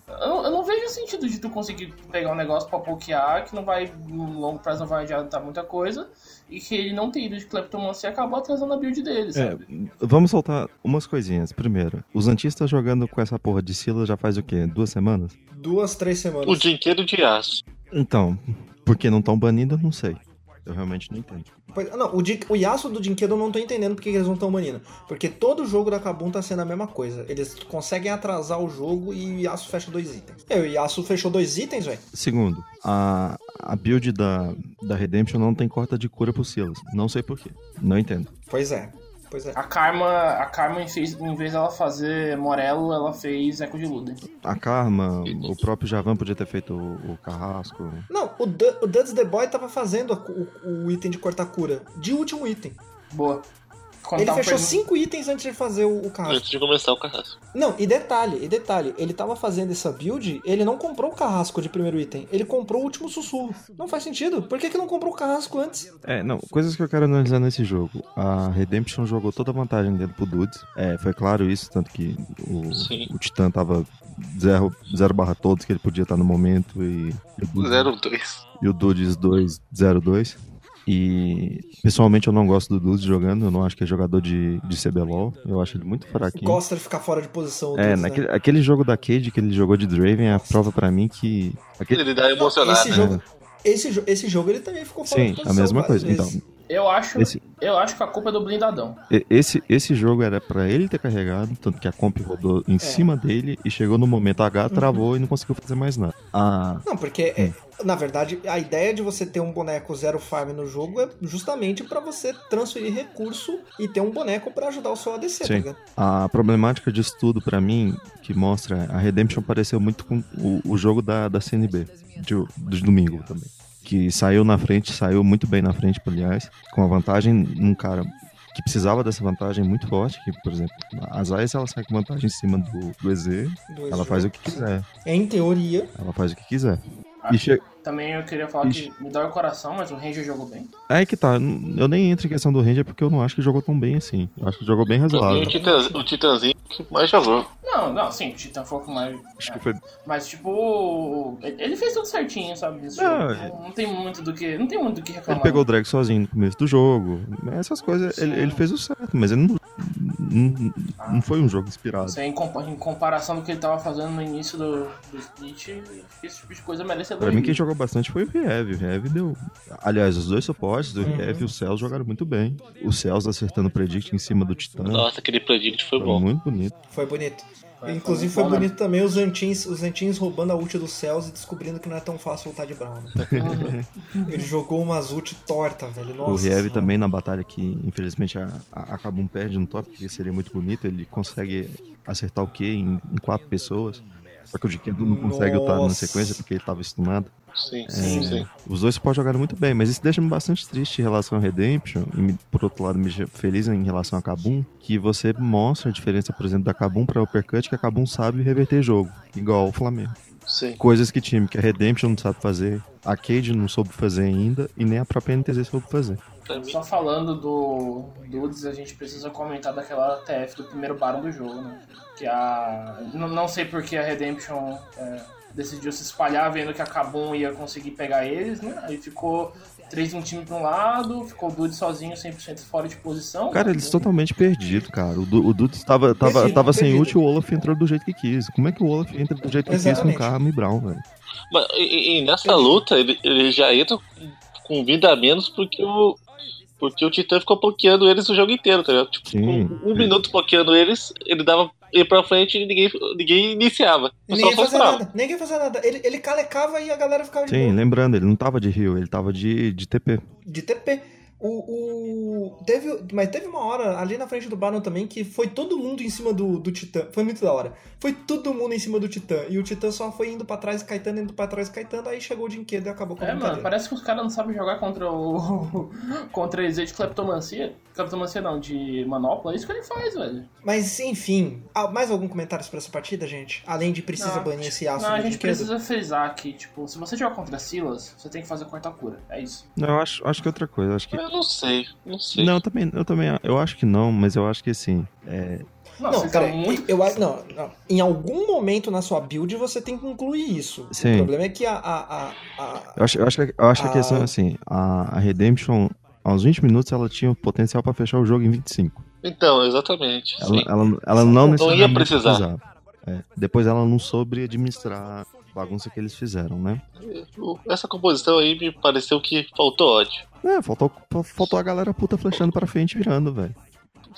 D: Eu, eu não vejo sentido de tu conseguir pegar um negócio pra pokear que não vai. No longo prazo não vai adiantar muita coisa. E que ele não tem ido de Kleptomancia acabou atrasando a build dele,
B: É,
D: sabe?
B: vamos soltar umas coisinhas. Primeiro, os antistas jogando com essa porra de Sila já faz o quê? Duas semanas?
A: Duas, três semanas.
G: O dinheiro de aço.
B: Então, porque não estão banidos, eu não sei. Eu realmente não entendo.
A: Pois- Não, o, Jin- o Yasuo do Dinquedo eu não tô entendendo porque que eles não estão banindo. Porque todo jogo da Kabum tá sendo a mesma coisa. Eles conseguem atrasar o jogo e o Yasuo fecha dois itens. É, o Yasuo fechou dois itens, velho.
B: Segundo, a, a build da, da Redemption não tem corta de cura pro Silas. Não sei porquê. Não entendo.
A: Pois é. Pois é.
D: A Karma, a Karma em, fez, em vez dela fazer Morello, ela fez Echo de Luden.
B: A Karma, o próprio Javan podia ter feito o, o carrasco.
A: Não, o, Du- o Duds The Boy tava fazendo a cu- o, o item de cortar cura. De último item.
D: Boa. Quando
A: Ele
D: tava
A: fechou
D: perdendo-
A: cinco ititens antes de fazer o, o carrasco.
G: Antes de começar o carrasco.
A: Não, e detalhe, e detalhe, ele tava fazendo essa build, ele não comprou o carrasco de primeiro item, ele comprou o último sussurro. Não faz sentido. Por que, que não comprou o carrasco antes?
B: É, não, coisas que eu quero analisar nesse jogo. A Redemption jogou toda a vantagem dentro pro Dudes. É, foi claro isso, tanto que
G: Sim.
B: o, o Titã tava 0 zero, barra todos que ele podia estar no momento e, e o
A: Hum.
B: Dudes-
G: 02.
B: e o Dudes 202. E pessoalmente eu não gosto do Dudes jogando, eu não acho que é jogador de, de CBLOL, eu acho ele muito fraquinho.
A: Gosta de ficar fora de posição.
B: É,
A: Dudes, né?
B: naquele, aquele jogo da Cade que ele jogou de Draven é a prova pra mim que. Aquele, É,
G: Ele dá emocionado.
A: Esse jogo, esse, jo- esse jogo ele também ficou fora
B: sim,
A: de
B: a
A: posição.
B: mesma
A: várias
B: coisa. Então,
A: vezes.
D: Eu acho,
B: Esse-
D: eu acho que a culpa é do blindadão.
B: E- Esse, esse jogo era pra ele ter carregado, tanto que a comp rodou em cima dele e chegou no momento H, travou e não conseguiu fazer mais nada. Ah,
A: Não, porque, é, na verdade, a ideia de você ter um boneco zero farm no jogo é justamente pra você transferir recurso e ter um boneco pra ajudar o seu ADC, tá
B: Sim.
A: ligado?
B: a problemática disso tudo pra mim, que mostra, a Redemption pareceu muito com o, o jogo da, da CNB, de, de domingo também. Que saiu na frente, saiu muito bem na frente, aliás, com a vantagem num cara que precisava dessa vantagem muito forte, que, por exemplo, as Ais ela sai com vantagem em cima do, do EZ,
A: Do
B: ela
A: jogo. É,
B: faz o que quiser,
A: Em teoria,
B: ela faz o que quiser.
D: Ah.
B: E che-
D: Também eu queria falar
B: Ixi.
D: que me dói o coração, mas o Ranger jogou bem.
B: É que tá, eu nem entro em questão do Ranger porque eu não acho que jogou tão bem assim. Eu acho que jogou bem
A: é
G: Pra mim, o,
B: razoável.
G: Titanzinho, o Titanzinho que mais jogou.
D: Não, não, sim, o Titan foi com mais. é.
B: Acho que foi.
D: Mas tipo, ele ele fez tudo certinho, sabe? nesse
B: Não,
D: jogo. Não, não tem muito do que, não tem muito do que
B: Ele
D: reclamar.
B: pegou o drag sozinho no começo do jogo. Essas coisas, ele, ele fez o certo, mas ele não, não, não foi um jogo inspirado.
D: Assim, em, compa- em comparação do que ele tava fazendo no início do, do split, esse tipo de coisa merece
B: Pra mim,
D: elogio.
B: quem jogou bastante foi o Riev. O Riev deu. Aliás, os dois suportes, o Riev e o Cells, jogaram muito bem. O Cells acertando o Predict em cima do Titã.
A: Hum.
G: Nossa, aquele predict foi
B: Foi
G: bom.
B: muito bonito.
A: Foi bonito.
D: Foi-
A: Inclusive
D: foi
A: foi
D: muito bom,
A: bonito também os Antins, os Antins roubando a ult dos céus e descobrindo que não é tão fácil lutar de Brown. né? Ele jogou umas ult torta, velho. Nossa.
B: o Riev
A: senhora.
B: também na batalha que, infelizmente, a, a, a Kabum perde no top, que seria muito bonito. Ele consegue acertar o Q em, em quatro pessoas. Só que o Dikedo não consegue lutar na
A: Nossa.
B: sequência porque ele tava estunado.
A: Hum.
G: Sim,
A: É.
G: sim, sim.
B: Os dois suportes jogaram muito bem, mas isso deixa-me bastante triste em relação a Redemption. E, me- por outro lado, me deixa feliz em relação a Kabum, que você mostra a diferença, por exemplo, da Kabum pra Uppercut, que a Kabum sabe reverter jogo, igual o Flamengo.
G: sim.
B: Coisas que time, que a Redemption não sabe fazer, a Cade não soube fazer ainda, e nem a própria NTZ soube fazer.
G: Pra mim,
D: Só falando do Dudes, a gente precisa comentar daquela TF do primeiro barão do jogo, né? Que a. Não, não sei por que a Redemption é, decidiu se espalhar vendo que a Kabum ia conseguir pegar eles, né? Aí ficou três de um time pra um lado, ficou o Dudes sozinho 100% fora de posição.
B: Cara, eles totalmente perdidos, cara. O, Du- o Dudes tava, tava,
A: Perdido,
B: tava sem
A: perdido.
B: ult e o Olaf entrou do jeito que quis. Como é que o Olaf entra do jeito que
A: Exatamente.
B: quis com o Carmo e Brown, velho?
G: Mas, e- e, e nessa luta, ele, ele já entra com vida a menos porque o. Porque o Titã ficou pokeando eles o jogo inteiro, tá ligado? Tipo,
A: Hum.
B: Sim.
G: um, um minuto pokeando eles, ele dava ir pra frente e ninguém, ninguém iniciava. O pessoal
A: Ninguém
G: só
A: fazia
G: esperava.
A: nada, ninguém fazia nada. Ele, ele
B: né?
A: calecava e a galera ficava de,
B: Sim, lembrando, ele não tava de Rio, ele tava de, de TP.
A: de TP. O, o- teve, mas teve uma hora ali na frente do Baron também que foi todo mundo em cima do, do Titã. Foi muito da hora. Foi todo mundo em cima do Titã. E o Titã só foi indo pra trás, caetando, indo pra trás, caetando. Aí chegou o Dinquedo e acabou com a
D: É, mano,
A: brincadeira.
D: parece que os caras não sabem jogar contra o. contra EZ de cleptomancia. Cleptomancia não, de manopla. É isso que ele faz, velho.
A: Mas enfim, ah, mais algum comentário sobre essa partida, gente? Além de precisa
D: Não.
A: banir esse aço
D: não,
A: do
D: a gente
A: Dinquedo?
D: precisa frisar que, tipo, se você jogar contra Silas, você tem que fazer quarta cura. É isso.
B: Não, eu acho, acho que é outra coisa. eu Acho que...
G: Eu não sei, não sei.
B: Não, eu também, eu também. Eu acho que não, mas eu acho que assim. é,
D: Não,
A: Não,
D: você
A: cara,
D: tá muito.
A: eu, acho- não, não. Em algum momento na sua build você tem que incluir isso. O
B: Sim.
A: problema é que a. a, a, a-
B: Eu acho, eu acho, que, eu acho que a
A: Ah.
B: questão é assim: a, a Redemption, aos 20 minutos, ela tinha o potencial pra fechar o jogo em 25.
G: Então, exatamente.
B: Ela,
G: sim.
B: ela, ela não
G: ia
B: necessariamente
G: precisar.
B: precisava. É, depois ela não soube administrar a bagunça que eles fizeram, né?
G: Essa composição aí me pareceu que faltou ódio.
B: É, faltou, faltou a galera puta flechando pra frente e virando, velho.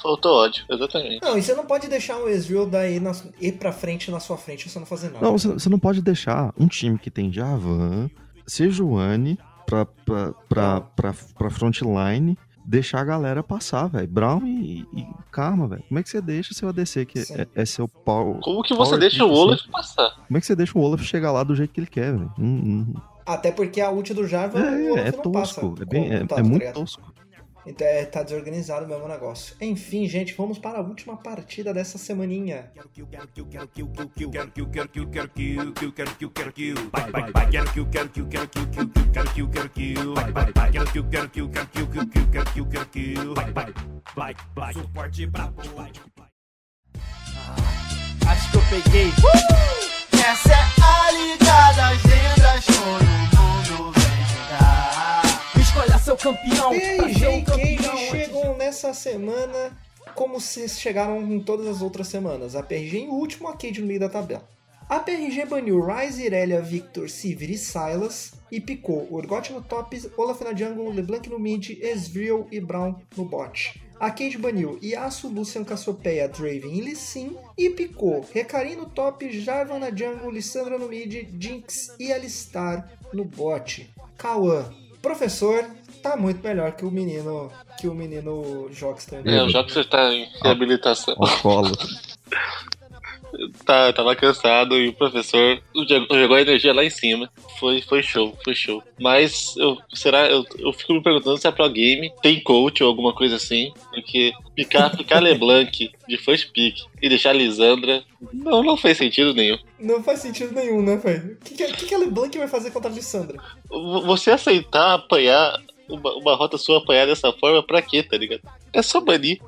G: Faltou ódio, exatamente.
A: Não, e você não pode deixar um Ezreal daí na, ir pra frente na sua frente e você não fazer nada.
B: Não, você, você não pode deixar um time que tem Javan, Sejuani pra, pra, pra, pra, pra frontline deixar a galera passar, velho. Brown e, e Karma, velho. Como é que você deixa seu ADC, que
A: Sim.
B: é, é seu pau.
G: Como que você
B: Power
G: deixa o
B: Trip,
G: Olaf passar?
B: Como é que você deixa o Olaf chegar lá do jeito que ele quer, velho? Hum, hum.
A: Até porque a ult do Jarvan o
B: É,
A: Olaf
B: é,
A: não passa
B: tosco. É, bem, é,
A: contato,
B: é
A: tá
B: muito
A: ligado?
B: tosco.
A: Então, é, tá desorganizado mesmo o negócio. Enfim, gente, vamos para a última partida dessa semaninha.
I: Quero que eu quero que eu quero que eu quero que eu quero que eu quero que eu quero que eu que eu quero que eu quero que eu vai vai vai quero que eu quero que eu quero que eu que eu quero que eu quero que eu vai vai vai quero que eu quero que eu quero que eu que eu quero que eu quero que eu vai vai vai vai suporte pra boa
E: Acho que eu peguei. Essa é a ligada, agendas, todo mundo vem jogar. Escolha seu campeão,
A: E aí,
E: fazer um
A: gente, quem
E: campeão.
A: chegam nessa semana como vocês chegaram em todas as outras semanas? A PRG em último, a Cade no meio da tabela. A PRG baniu Ryze, Irelia, Victor, Sivir e Silas e picou Urgot no top, Olaf na jungle, LeBlanc no mid, Ezreal e Brown no bot. A Cade baniu Yasuo, Lucian, Cassiopeia, Draven e Lissin e picou Recarim no top, Jarvan na jungle, Lissandra no mid, Jinx e Alistar no bot. Kawan, professor, tá muito melhor que o menino que o menino Jockster.
G: É, o Jobs está em reabilitação.
B: Cola.
G: Tá, tava cansado e o professor jogou jogou a energia lá em cima. Foi, foi show, foi show. Mas eu, será, eu, eu fico me perguntando se a Pro Game tem coach ou alguma coisa assim. Porque picar, picar LeBlanc de first pick e deixar Lisandra não, não fez sentido nenhum.
A: Não faz sentido nenhum, né, velho? O que, que, que que a LeBlanc vai fazer contra a Lissandra?
G: V- Você aceitar apanhar uma, uma rota sua apanhar dessa forma, pra quê, tá ligado? É só banir.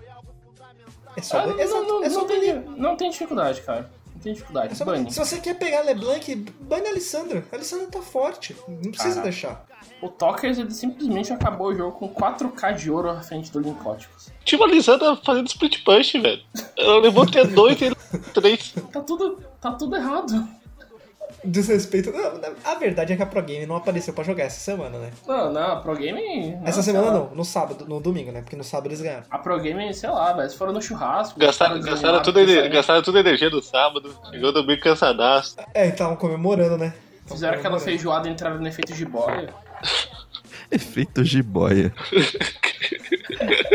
A: É só,
D: Ah, não,
A: é só,
D: não, não,
A: é só
D: não
A: banir.
D: tem, não tem dificuldade, cara. Não tem dificuldade.
A: É só banir.
D: Bane.
A: Se você quer pegar a LeBlanc, bane a Alessandra. A Alessandra tá forte. Não precisa
D: Caraca.
A: deixar.
D: O Tokers ele simplesmente acabou o jogo com 4k de ouro à frente do Lincóticos.
G: Tinha uma Lisandra fazendo split punch, velho. Ela levou até dois e três.
D: Tá tudo, tá tudo errado.
A: Desrespeito. Não, não, a verdade é que a Pro Game não apareceu pra jogar essa semana, né?
D: Não, Ah, não, a Pro Game. não,
A: essa
D: sei
A: semana
D: lá.
A: não, no sábado, no domingo, né? Porque no sábado eles ganharam.
D: A Pro Game, sei lá, velho. Eles foram no churrasco.
G: Gastaram,
D: ficaram
G: gastaram,
D: desanimados,
G: tudo, a ener-
D: pensaram-
G: gastaram toda a energia do sábado. Chegou domingo cansadaço.
A: É, estavam comemorando, né? Tavam
D: Fizeram aquela
A: comemorando.
D: feijoada e entraram no efeito de boia.
B: Efeito jiboia.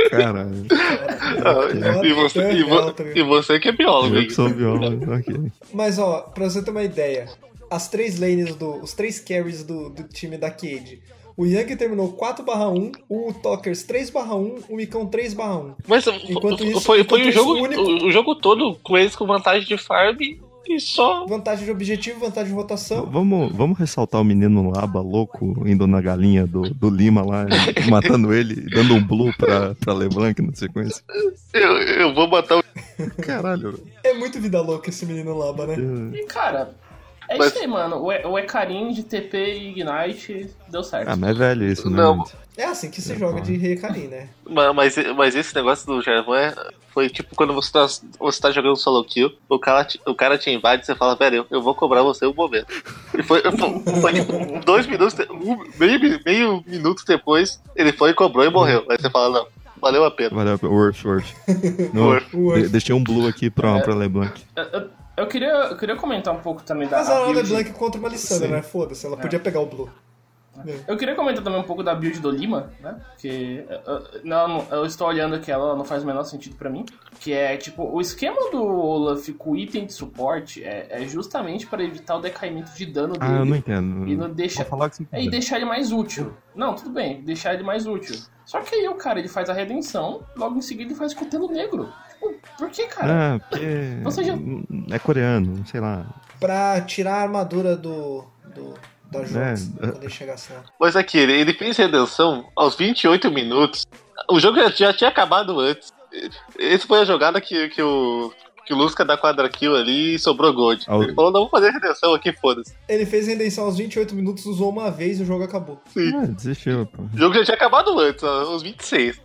B: Caralho.
G: Ah, e, você, e, vo- e você que é biólogo,
B: tá Eu que
G: hein?
B: sou biólogo. ok.
A: Mas ó, pra você ter uma ideia, as três lanes do. Os três carries do, do time da Cade. O Yang terminou 4/1, o Tokers 3/1, o Micão 3/1.
G: Mas
A: Enquanto isso-
G: foi,
A: enquanto
G: foi o,
A: isso,
G: jogo,
A: o único-
G: o, o jogo todo com eles com vantagem de farm e só.
A: Vantagem de objetivo, vantagem de
G: Então,
A: rotação.
B: Vamos, vamos ressaltar o menino Laba louco indo na galinha do, do Lima lá, matando ele, dando um blue pra, pra Leblanc na sequência.
G: Eu, eu vou matar o.
B: Caralho, velho.
A: É muito vida louca esse menino Laba, né?
D: E, cara, é
G: Mas-
D: isso aí, mano. O, E- o Ecarim de TP e Ignite deu certo.
B: Ah, mas é velho isso, né?
G: Não.
B: gente?
A: É assim que se joga de Recarim, né?
G: Ma- Mas, mas esse negócio do Jarvan é- foi tipo quando você tá, você tá jogando solo kill, o cara, te, o cara te invade e você fala, velho, eu, eu vou cobrar você um momento. E foi, foi, foi, tipo, dois minutos, de- um- meio, meio minuto depois, ele foi, cobrou e morreu. Aí você fala, não, valeu a pena.
B: Valeu, worth, worth. Não,
G: Worth. É.
B: de- deixei um blue aqui pra, pra Leblanc.
D: Eu, eu- eu queria, eu queria comentar um pouco também da.
A: Mas a é
D: build-
A: Ana Blanc contra uma Lissandra, né? Foda-se, ela podia pegar o Blue.
D: Eu queria comentar também um pouco da build do Lima, né? Porque eu, eu- não, eu estou olhando aqui, ela não faz o menor sentido pra mim. Que é, tipo, o esquema do Olaf com o item de suporte é, é justamente para evitar o decaimento de dano dele.
B: Ah, eu não entendo.
D: E não deixa-
B: Pode falar o que você
D: É, e
B: quiser.
D: deixar ele mais útil. Não, tudo bem, deixar ele mais útil. Só que aí o cara, ele faz a redenção, logo em seguida ele faz o cutelo negro. Tipo, por que, cara?
B: Ah, porque.
D: Você já-
B: É coreano, sei lá.
A: Pra tirar a armadura do. do da Jones,
B: É.
A: quando ele chegasse lá.
G: Mas aqui, ele, ele fez redenção aos 28 minutos. O jogo já, já tinha acabado antes. Essa foi a jogada que, que o. Que o Lusca dá quadra kill ali e sobrou Gold.
B: Ah, o-
G: Ele falou, não, vou fazer redenção aqui, foda-se.
A: Ele fez redenção aos 28 minutos, usou uma vez e o jogo acabou.
B: Ah, desistiu, pô.
G: O jogo já tinha acabado antes, ó, uns 26.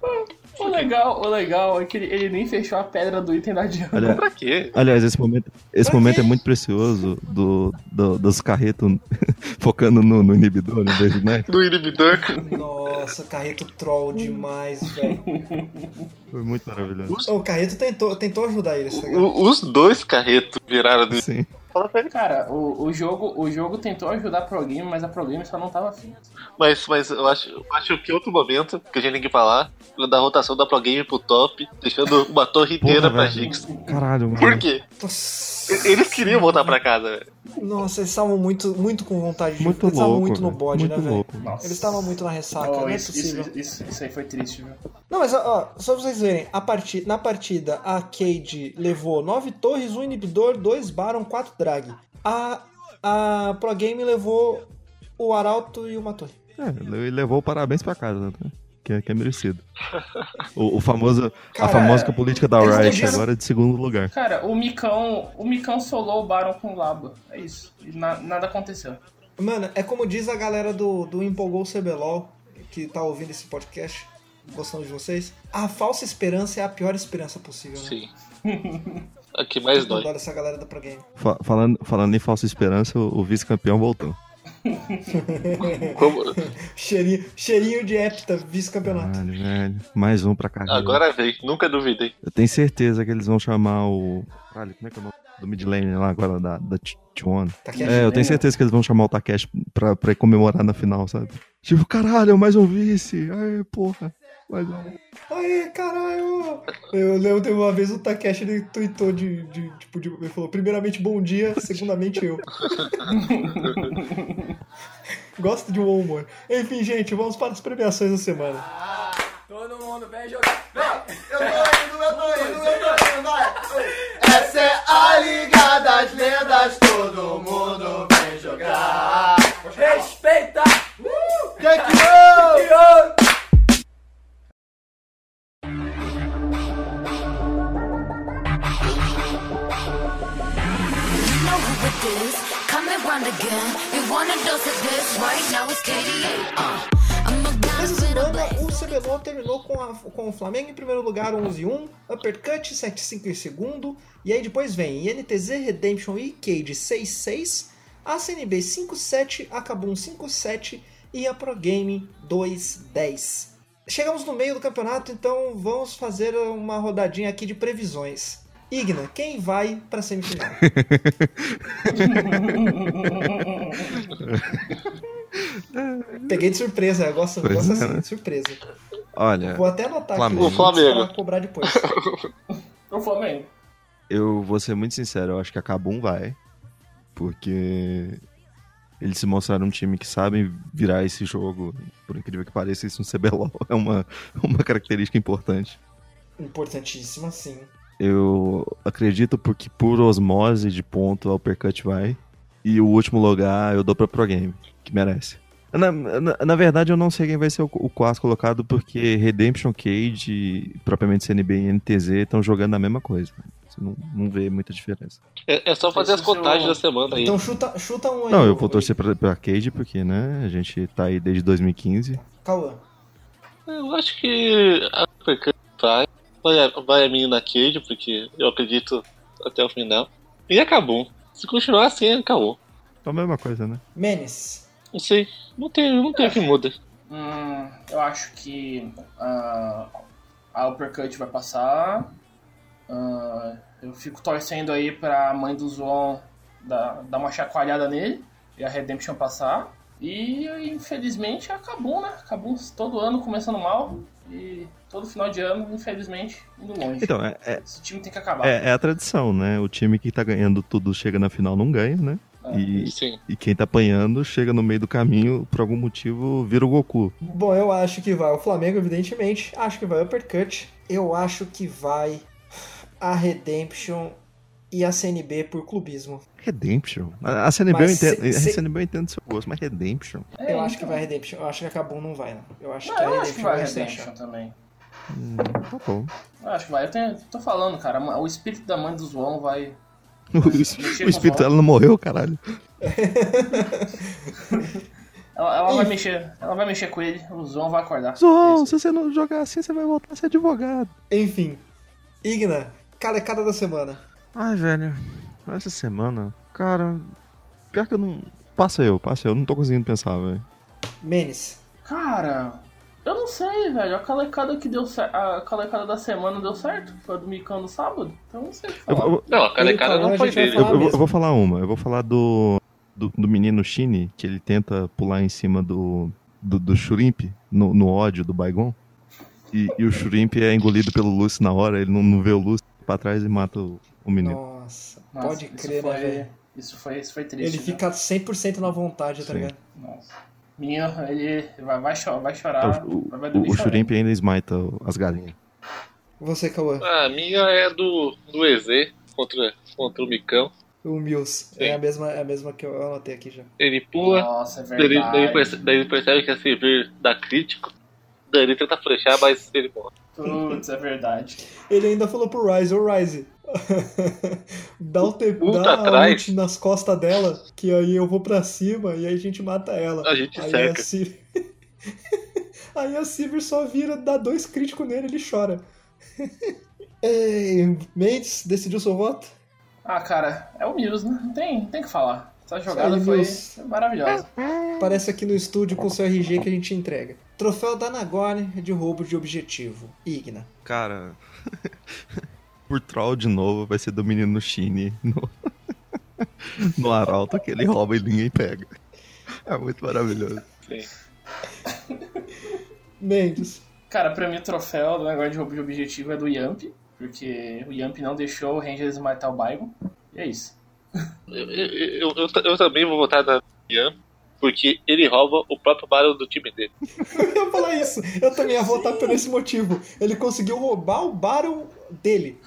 D: O legal, o legal é que ele, ele nem fechou a pedra do item da Diana.
B: Olha,
G: Pra quê?
B: Aliás, esse momento, esse
A: Pra
B: momento
A: quê?
B: é muito precioso do, do- dos carretos focando no, no inibidor, no David Knight.
G: No inibidor.
A: Nossa, Carreto troll demais, velho.
B: Foi muito maravilhoso.
A: O Carreto tentou, tentou ajudar tá ele. sabe?
G: O- os dois carretos viraram do
B: Sim.
G: Fala pra ele.
D: Cara, o, o, jogo, o jogo tentou ajudar a Pro Game, mas a Pro Game só não tava afim.
G: Mas, mas eu, acho, eu acho que outro momento que a gente tem que falar é da rotação da Pro Game pro top, deixando uma torre inteira pra
B: velho.
G: Jinx.
B: Caralho, mano.
G: Por quê?
A: Nossa,
G: Eles queriam voltar pra casa, velho.
A: Nossa, eles estavam muito, muito com vontade de
B: Muito
A: Eles estavam
B: louco.
A: muito no bode,
B: muito
A: né, velho?
B: louco.
D: Nossa.
A: Eles estavam muito na ressaca,
D: Oh,
A: não é
D: isso,
A: possível.
D: isso, isso, isso aí foi triste, viu?
A: Não, mas ó, ó, só pra vocês verem, a parti- na partida a Cade levou 9 torres, 1 inibidor, 2 Baron, 4 drag. A, a Pro Game levou o Arauto e uma torre.
B: É, ele levou o parabéns pra casa, né? Que é, que é merecido. O, o famoso,
A: Cara,
B: a famosa política da
A: eles
B: Riot
A: deixaram-
B: agora é de segundo lugar.
D: Cara, o Micão, o Micão solou o Baron com o Laba. É isso. E na- nada aconteceu.
A: Mano, é como diz a galera do, do Empolgou CBLOL, que tá ouvindo esse podcast, gostando de vocês. A falsa esperança é a pior esperança possível, né?
G: Sim. Aqui mais dói.
A: Adoro essa galera da Pro Game.
B: Fa- falando, falando em falsa esperança, o, o vice-campeão voltou.
G: Como-
A: Cheirinho, cheirinho de hepta, vice-campeonato.
B: Caralho, velho. Mais um pra carreira.
G: Agora vem, nunca duvidei.
B: Eu tenho certeza que eles vão chamar o. Caralho, como é que é o nome? Do mid lane lá agora, da, da T- T1.
A: Takeshi.
B: É, eu tenho certeza que eles vão chamar o Takeshi pra, pra comemorar na final, sabe? Tipo, caralho, mais um vice. Ai, porra. Mais um.
A: Aê, caralho! Eu lembro de uma vez o Takeshi ele tweetou de, de- tipo, de- ele falou, primeiramente bom dia, segundamente eu. Gosto de um bom humor. Enfim, gente, vamos para as premiações da semana.
E: Todo mundo vem jogar.
H: Eu tô indo, eu tô indo, eu tô indo, vai!
E: Essa é a Liga das Lendas, todo mundo vem jogar. Respeita! Uh! Que que eu?
F: You know who it is. Come around again. You wanna dose of this right now? It's KDA. Uh, I'm a guy
A: Essa
F: with a
A: semana
F: blaze.
A: o CBLOL terminou com, a- com o Flamengo em primeiro lugar, 11 e 1, Uppercut 7-5 em segundo, e aí depois vem INTZ, Redemption e Cade 6-6, a CNB 5-7, a Kabum 5-7 e a Pro Game 2-10. Chegamos no meio do campeonato, então vamos fazer uma rodadinha aqui de previsões. Igna, quem vai pra semifinal? Peguei de surpresa, eu gosto, eu
B: Pois
A: gosto
B: é,
A: assim,
B: né? É.
A: de surpresa.
B: Olha,
A: Vou até anotar
B: Flamengo.
A: aqui os nomes
G: Flamengo.
A: pra cobrar depois.
D: O Flamengo.
B: eu vou ser muito sincero, eu acho que a Kabum vai. Porque eles se mostraram um time que sabe virar esse jogo. Por incrível que pareça, isso no CBLOL é uma, uma característica importante.
A: Importantíssimo, sim.
B: Eu acredito porque por osmose de ponto a Uppercut vai. E o último lugar eu dou pra Pro Game, que merece. Na, na, na verdade, eu não sei quem vai ser o, o quarto colocado, porque Redemption Cage, propriamente CNB e NTZ, estão jogando a mesma coisa. Você não, não vê muita diferença.
G: É, é só fazer as
D: Esse é o
G: contagens
D: seu-
G: da semana aí.
A: Então chuta, chuta um aí.
B: Não, eu
A: ô,
B: vou torcer pra, pra Cage, porque, né, a gente tá aí desde 2015.
A: Cauã.
G: Eu acho que a Percan vai. Vai a, vai a menina Cage, porque eu acredito até o final. E acabou. Se continuar assim, acabou.
B: Então, a mesma coisa, né?
A: Menes.
G: Não sei. Não tem, não tem o que muda.
D: Hum, eu acho que ah, a Uppercut vai passar. Ah, eu fico torcendo aí pra mãe do Zoon dar, dar uma chacoalhada nele e a Redemption passar. E infelizmente acabou, né? Acabou todo ano começando mal e todo final de ano, infelizmente, indo longe.
B: Então, é, é,
D: Esse time tem que acabar.
B: é- é a tradição, né? O time que tá ganhando tudo chega na final, não ganha, né? E,
G: Sim.
B: e quem tá apanhando chega no meio do caminho, por algum motivo, vira o Goku.
A: Bom, eu acho que vai o Flamengo, evidentemente. Acho que vai o Uppercut. Eu acho que vai a Redemption e a CNB por clubismo.
B: Redemption. A, a CNB eu
A: Mas se-
B: entendo.
A: se-
B: A CNB eu entendo seu gosto, mas Redemption.
D: É,
A: eu acho que
D: então.
A: vai a Redemption. Eu acho que a Kabum não vai, não. Eu acho
D: Não,
A: que a
D: eu acho que
A: Redemption
D: vai
A: vai
D: a
A: se
D: Redemption
A: achar.
D: também.
B: Hum, tá bom.
D: Eu acho que vai. Eu tenho- tô falando, cara. O espírito da mãe do João vai.
B: O,
D: Chega
B: o espírito
D: logo.
B: dela não morreu, caralho.
D: Ela, ela vai mexer. Ela vai mexer com ele. O João vai acordar.
B: Zon,
D: Isso.
B: se você não jogar assim, você vai voltar a ser advogado.
A: Enfim, Igna, calecada da semana.
B: Ai, velho. Essa semana, cara. Pior que eu não. Passa eu, passa eu. Não tô conseguindo pensar, velho.
A: Menes.
D: Cara, eu não sei, velho. A calecada que deu certo. A calecada da semana deu certo. Foi a do Mikan no sábado. Então não sei o que
B: Eu,
D: falar.
B: eu-
G: Não, a calecada
A: Ele falou,
G: não foi
A: a gente vai
G: dele.
A: falar
B: eu- eu vou- eu
A: mesmo.
B: vou falar uma. Eu vou falar do. Do, do menino Shine, que ele tenta pular em cima do. Do, do Shrimp, no, no ódio do Baigon. E, e o Shrimp é engolido pelo Lucy na hora, ele não, não vê o Lucy pra trás e mata o, o menino.
A: Nossa,
D: Nossa,
A: pode
D: isso
A: crer, né,
D: foi-
A: velho?
D: Isso foi, isso foi triste.
A: Ele
D: né?
A: fica 100% na vontade, tá
B: Sim.
A: ligado?
D: Nossa. Minha, ele vai, vai, chorar, vai chorar.
B: Então, o,
D: vai
B: o,
D: dormir
B: o
D: chorando.
B: Shrimp ainda esmaita o- as galinhas.
A: Você, Cauã,
G: A minha é do, do EZ contra, contra o Micão.
A: o Mills. É a, mesma, é a mesma que eu anotei aqui já.
G: Ele pula,
D: Nossa,
A: Ah,
D: é
G: daí ele,
D: verdade.
G: daí, ele perce- daí ele percebe que é servir da crítico. Daí ele tenta flechar, mas ele morre.
D: Putz, é verdade.
A: Ele ainda falou pro Rise, ô Rise, dá o tempo,
G: Puta
A: dá a
G: atrás.
A: ult nas costas dela, que aí eu vou pra cima e aí a gente mata ela.
G: A gente
A: aí
G: cerca.
A: A Sivir... aí a Sivir só vira, dá dois críticos nele e ele chora. Ei, Mendes, decidiu seu voto?
D: Ah, cara, é o Mills, né? Não tem, não tem o que falar. Essa jogada
A: aí,
D: foi
A: Mills.
D: maravilhosa.
A: Aparece aqui no estúdio com seu RG que a gente entrega. Troféu da Nagore de roubo de objetivo. Igna.
B: Cara. Por troll de novo, vai ser do menino Shine no, no Arauto, que ele rouba e ninguém pega. É muito maravilhoso.
A: Mendes.
D: Cara, pra mim o troféu do negócio de roubo de objetivo é do Yamp, porque o Yamp não deixou o Rangers matar o Baigon. E é isso.
G: Eu, eu, eu, eu ta- eu também vou votar na Ian, porque ele rouba o próprio barulho do time dele.
A: Eu ia falar isso. Eu também ia votar por esse motivo. Ele conseguiu roubar o Baron dele.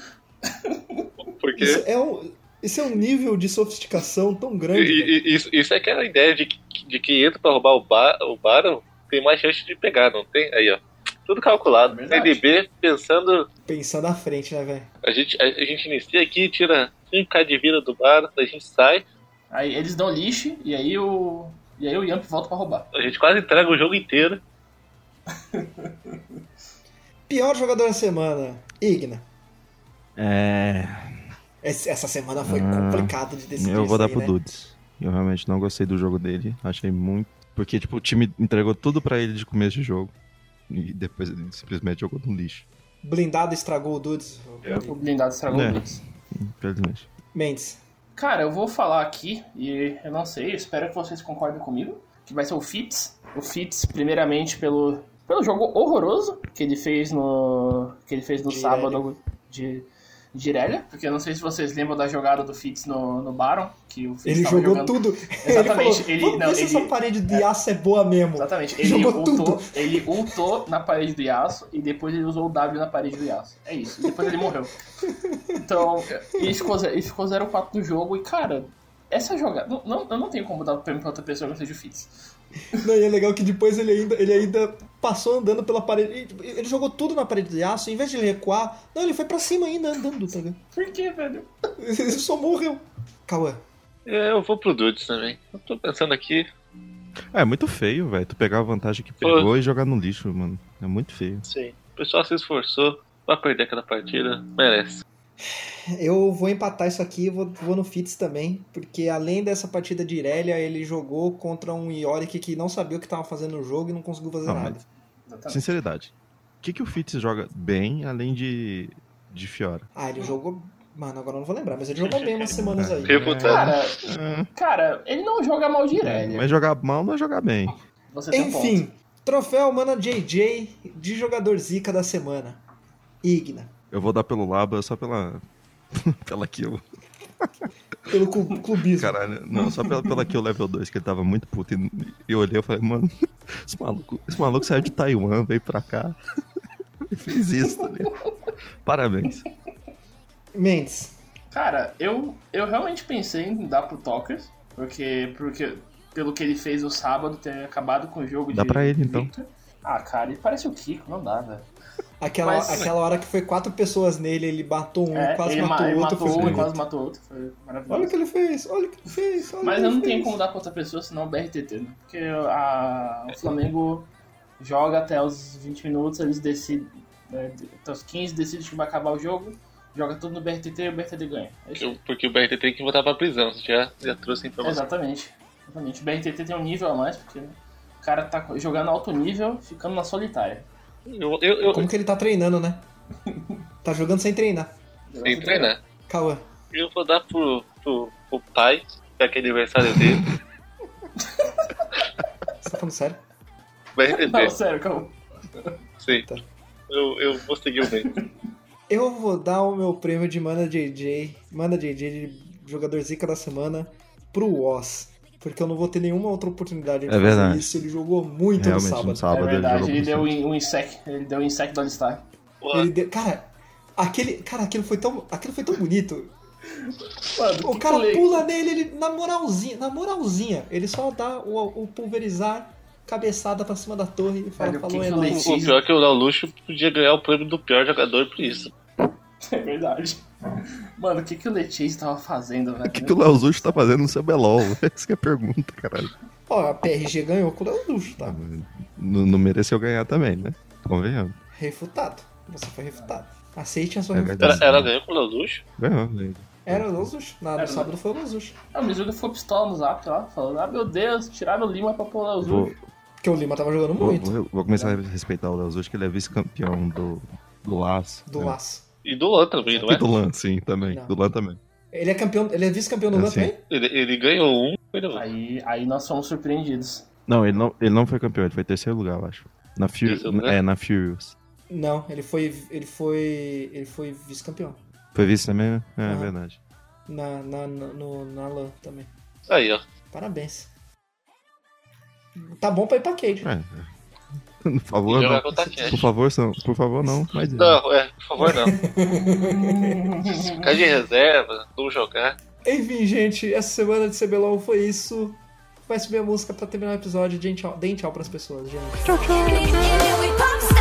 G: Porque
A: Isso é um, isso é um nível de sofisticação tão
G: e-
A: grande. velho.
G: e- isso, isso é aquela ideia de, que- de que entra pra roubar o, bar, o Baron, tem mais chance de pegar, não tem? Aí, ó. Tudo
D: É
G: calculado.
D: verdade.
G: NB pensando
A: Pensar na frente, né, velho?
G: A gente, a, a gente inicia aqui, tira 5k de vida do bar, a gente sai,
D: Aí eles dão lixo e aí o. E aí o Yamp volta pra roubar.
G: a gente quase entrega o jogo inteiro.
A: Pior jogador da semana, Igna.
B: É.
A: Esse- Essa semana foi
B: Ah,
A: complicada de decidir.
B: Eu vou
A: isso
B: dar
A: aí,
B: pro
A: né?
B: Dudes. Eu realmente não gostei do jogo dele. Achei muito. Porque, tipo, o time entregou tudo pra ele de começo de jogo. E depois ele simplesmente jogou no lixo.
A: Blindado estragou o Dudes.
G: É.
D: O blindado estragou
B: É.
D: o Blitz.
B: Infelizmente.
A: Mendes.
D: Cara, eu vou falar aqui, e eu não sei, eu espero que vocês concordem comigo, que vai ser o Fitz. O Fitz, primeiramente, pelo, pelo jogo horroroso que ele fez no. que ele fez no
A: De
D: sábado de, de Irelia, porque eu não sei se vocês lembram da jogada do Fitz no, no Baron, que o Fitz
A: Ele
D: tava
A: jogou
D: jogando-
A: tudo.
D: Exatamente,
A: Ele
D: ele-
A: falou, vamos
D: não,
A: ver se
D: ele-
A: essa parede de aço é boa mesmo.
D: Exatamente, ele
A: Jogou
D: ultou,
A: tudo.
D: ele ultou na parede do Yasuo e depois ele usou o W na parede do Yasuo. É isso, depois ele morreu. Então, ele ficou, ze- ele ficou 0-4 no jogo e, cara, essa jogada. Não, não- eu não tenho como dar o prêmio pra outra pessoa que não seja o Fitz.
A: Não, e é legal que depois ele ainda, ele ainda passou andando pela parede. Ele- tipo, Ele jogou tudo na parede de aço, em vez de ele recuar, não, ele foi pra cima ainda andando, tá ligado?
D: Por quê, velho?
A: Ele só morreu. Cauã.
G: É, Eu vou pro Dudes também. Eu tô pensando aqui.
B: É, é muito feio, velho. Tu pegar a vantagem que
G: Pô.
B: pegou e jogar no lixo, mano. É muito feio.
G: Sim. O pessoal se esforçou pra perder aquela partida. Merece.
A: Eu vou empatar isso aqui, vou, vou no Fitz também, porque além dessa partida de Irelia, ele jogou contra um Yorick que não sabia o que tava fazendo no jogo e não conseguiu fazer
B: Não, mas-
A: nada. Tá.
D: Exatamente.
B: Sinceridade. O que, que o Fitz joga bem além de. de Fiora?
A: Ah, ele jogou Mano, agora eu não vou lembrar, mas ele jogou bem umas semanas aí.
G: Refutando.
D: Cara, cara, ele não joga mal direto.
B: Hum. Mas jogar mal não é jogar bem.
D: Você tem um ponto.
A: Enfim, troféu Mana JJ de jogador zica da semana. Igna.
B: Eu vou dar pelo Laba só pela. pela kill.
A: Pelo cu- clubismo.
B: Caralho. Não, só pela, pela kill level 2, que ele tava muito puto. E e eu olhei e falei, mano, esse maluco, esse maluco saiu de Taiwan, veio pra cá. e fez isso, tá ligado? Parabéns.
A: Mendes.
D: Cara, eu, eu realmente pensei em dar pro Talkers, porque, porque pelo que ele fez o sábado, ter acabado com o jogo
B: Dá
D: de.
B: pra ele,
D: de
B: então.
D: Victor. Ah, cara, ele parece o Kiko, não dá, velho.
A: Aquela,
D: Mas-
A: aquela hora que foi quatro pessoas nele, ele matou um,
D: É,
A: quase
D: ele
A: matou
D: ma- ele
A: outro. foi
D: matou um e
A: bonito.
D: quase matou outro. Foi maravilhoso.
A: Olha o que ele fez, olha o que ele fez. olha o
D: Mas
A: que
D: eu
A: ele
D: não tenho
A: fez.
D: como dar pra outra pessoa, senão o BRTT, né? Porque a- o Flamengo joga até os 20 minutos, eles decidem. né, até os 15 decide que vai acabar o jogo, joga tudo no BRTT e o BRTT ganha. É isso.
G: Eu- Porque o BRT tem que voltar pra prisão, você já, já trouxe a informação.
D: Exatamente. Exatamente. O BRTT tem um nível a mais, porque o cara tá jogando alto nível, ficando na solitária.
G: Eu, eu, eu,
A: Como que ele tá treinando, né? tá jogando sem treinar.
G: sem treinar.
A: Cauã.
G: Eu vou dar pro, pro, pro pai, que é aquele aniversário dele.
A: Você tá falando sério?
G: BRTT,
D: Não, sério, calma.
G: sim.
A: tá.
G: Eu, eu vou seguir o bem.
A: Eu vou dar o meu prêmio de Mana JJ, Mana JJ de jogador zica da semana, pro Oz. Porque eu não vou ter nenhuma outra oportunidade de
B: É verdade.
A: fazer isso. Ele jogou muito no
B: Realmente,
A: um sábado.
B: no
D: É
B: sábado ele
D: verdade,
B: jogou
D: ele deu
B: bastante.
D: um insect, ele deu um insect do Alistar.
A: Ele deu- Cara, aquele, cara, aquilo foi tão, aquilo foi tão bonito.
D: Mano,
A: O
D: que
A: cara
D: play.
A: pula nele, ele na moralzinha, na moralzinha, ele só dá o, o pulverizar cabeçada pra cima da torre e fala,
D: Olha,
A: falou
D: que
A: é
D: que
A: nóis."
D: leite.
G: O pior é que o Léo Luxo podia ganhar o prêmio do pior jogador por isso.
D: É verdade. Mano, o que, que o Letícia tava fazendo, velho?
B: O que, que o Leozucho tá fazendo no seu Belol? Essa que é a pergunta, caralho.
A: Ó, a PRG ganhou com o Léo Luxo, tá?
B: Não, não mereceu ganhar também, né? Convenhamos.
A: Refutado. Você foi refutado. Aceite a sua
B: É
A: refutação.
G: Ela,
B: verdade.
G: ela ganhou com o Léo Luxo?
B: Ganhou, velho.
A: Era o Losush. Na no sábado foi o Losush.
D: Ah, o Mizuga ficou pistola no zap lá, falando, ah meu Deus, tiraram o Lima pra pôr lá o
B: Vou,
D: Azul.
A: Porque o Lima tava jogando
B: vou,
A: muito.
B: vou- vou começar a respeitar o Leozucho, que ele é vice-campeão do, do Laço.
A: Do
B: né?
A: laço.
G: E do Lan também, não
B: E
G: é?
B: do Lan, sim, também.
A: Não.
B: Do Lan também.
A: Ele é campeão. Ele é vice-campeão do
B: É
A: Lan
B: assim.
A: também?
G: Ele, ele ganhou um, foi no outro.
D: Aí, aí nós fomos surpreendidos.
B: Não ele, não, ele não foi campeão, ele foi terceiro lugar, eu acho. Na Furious.
G: Terceiro lugar?
B: É, na Furious.
A: Não, ele foi. Ele foi. Ele foi vice-campeão.
B: Foi vice também, né? É,
A: Aham.
B: verdade.
A: Na, na, na, no- na LAN também.
G: Aí, ó.
A: Parabéns. Tá bom pra ir pra Cade.
B: É. Por favor,
G: Jogar
B: não.
G: contra a Cash.
B: Por favor, não. Por favor, não. Mas,
G: Não, é, por favor, não. Ficar de reserva, não jogar.
B: É.
A: Enfim, gente, essa semana de CBLOL foi isso. Vai subir a música pra terminar o episódio. Deem tchau, deem tchau pras pessoas, gente.
F: Give me, give me, we pop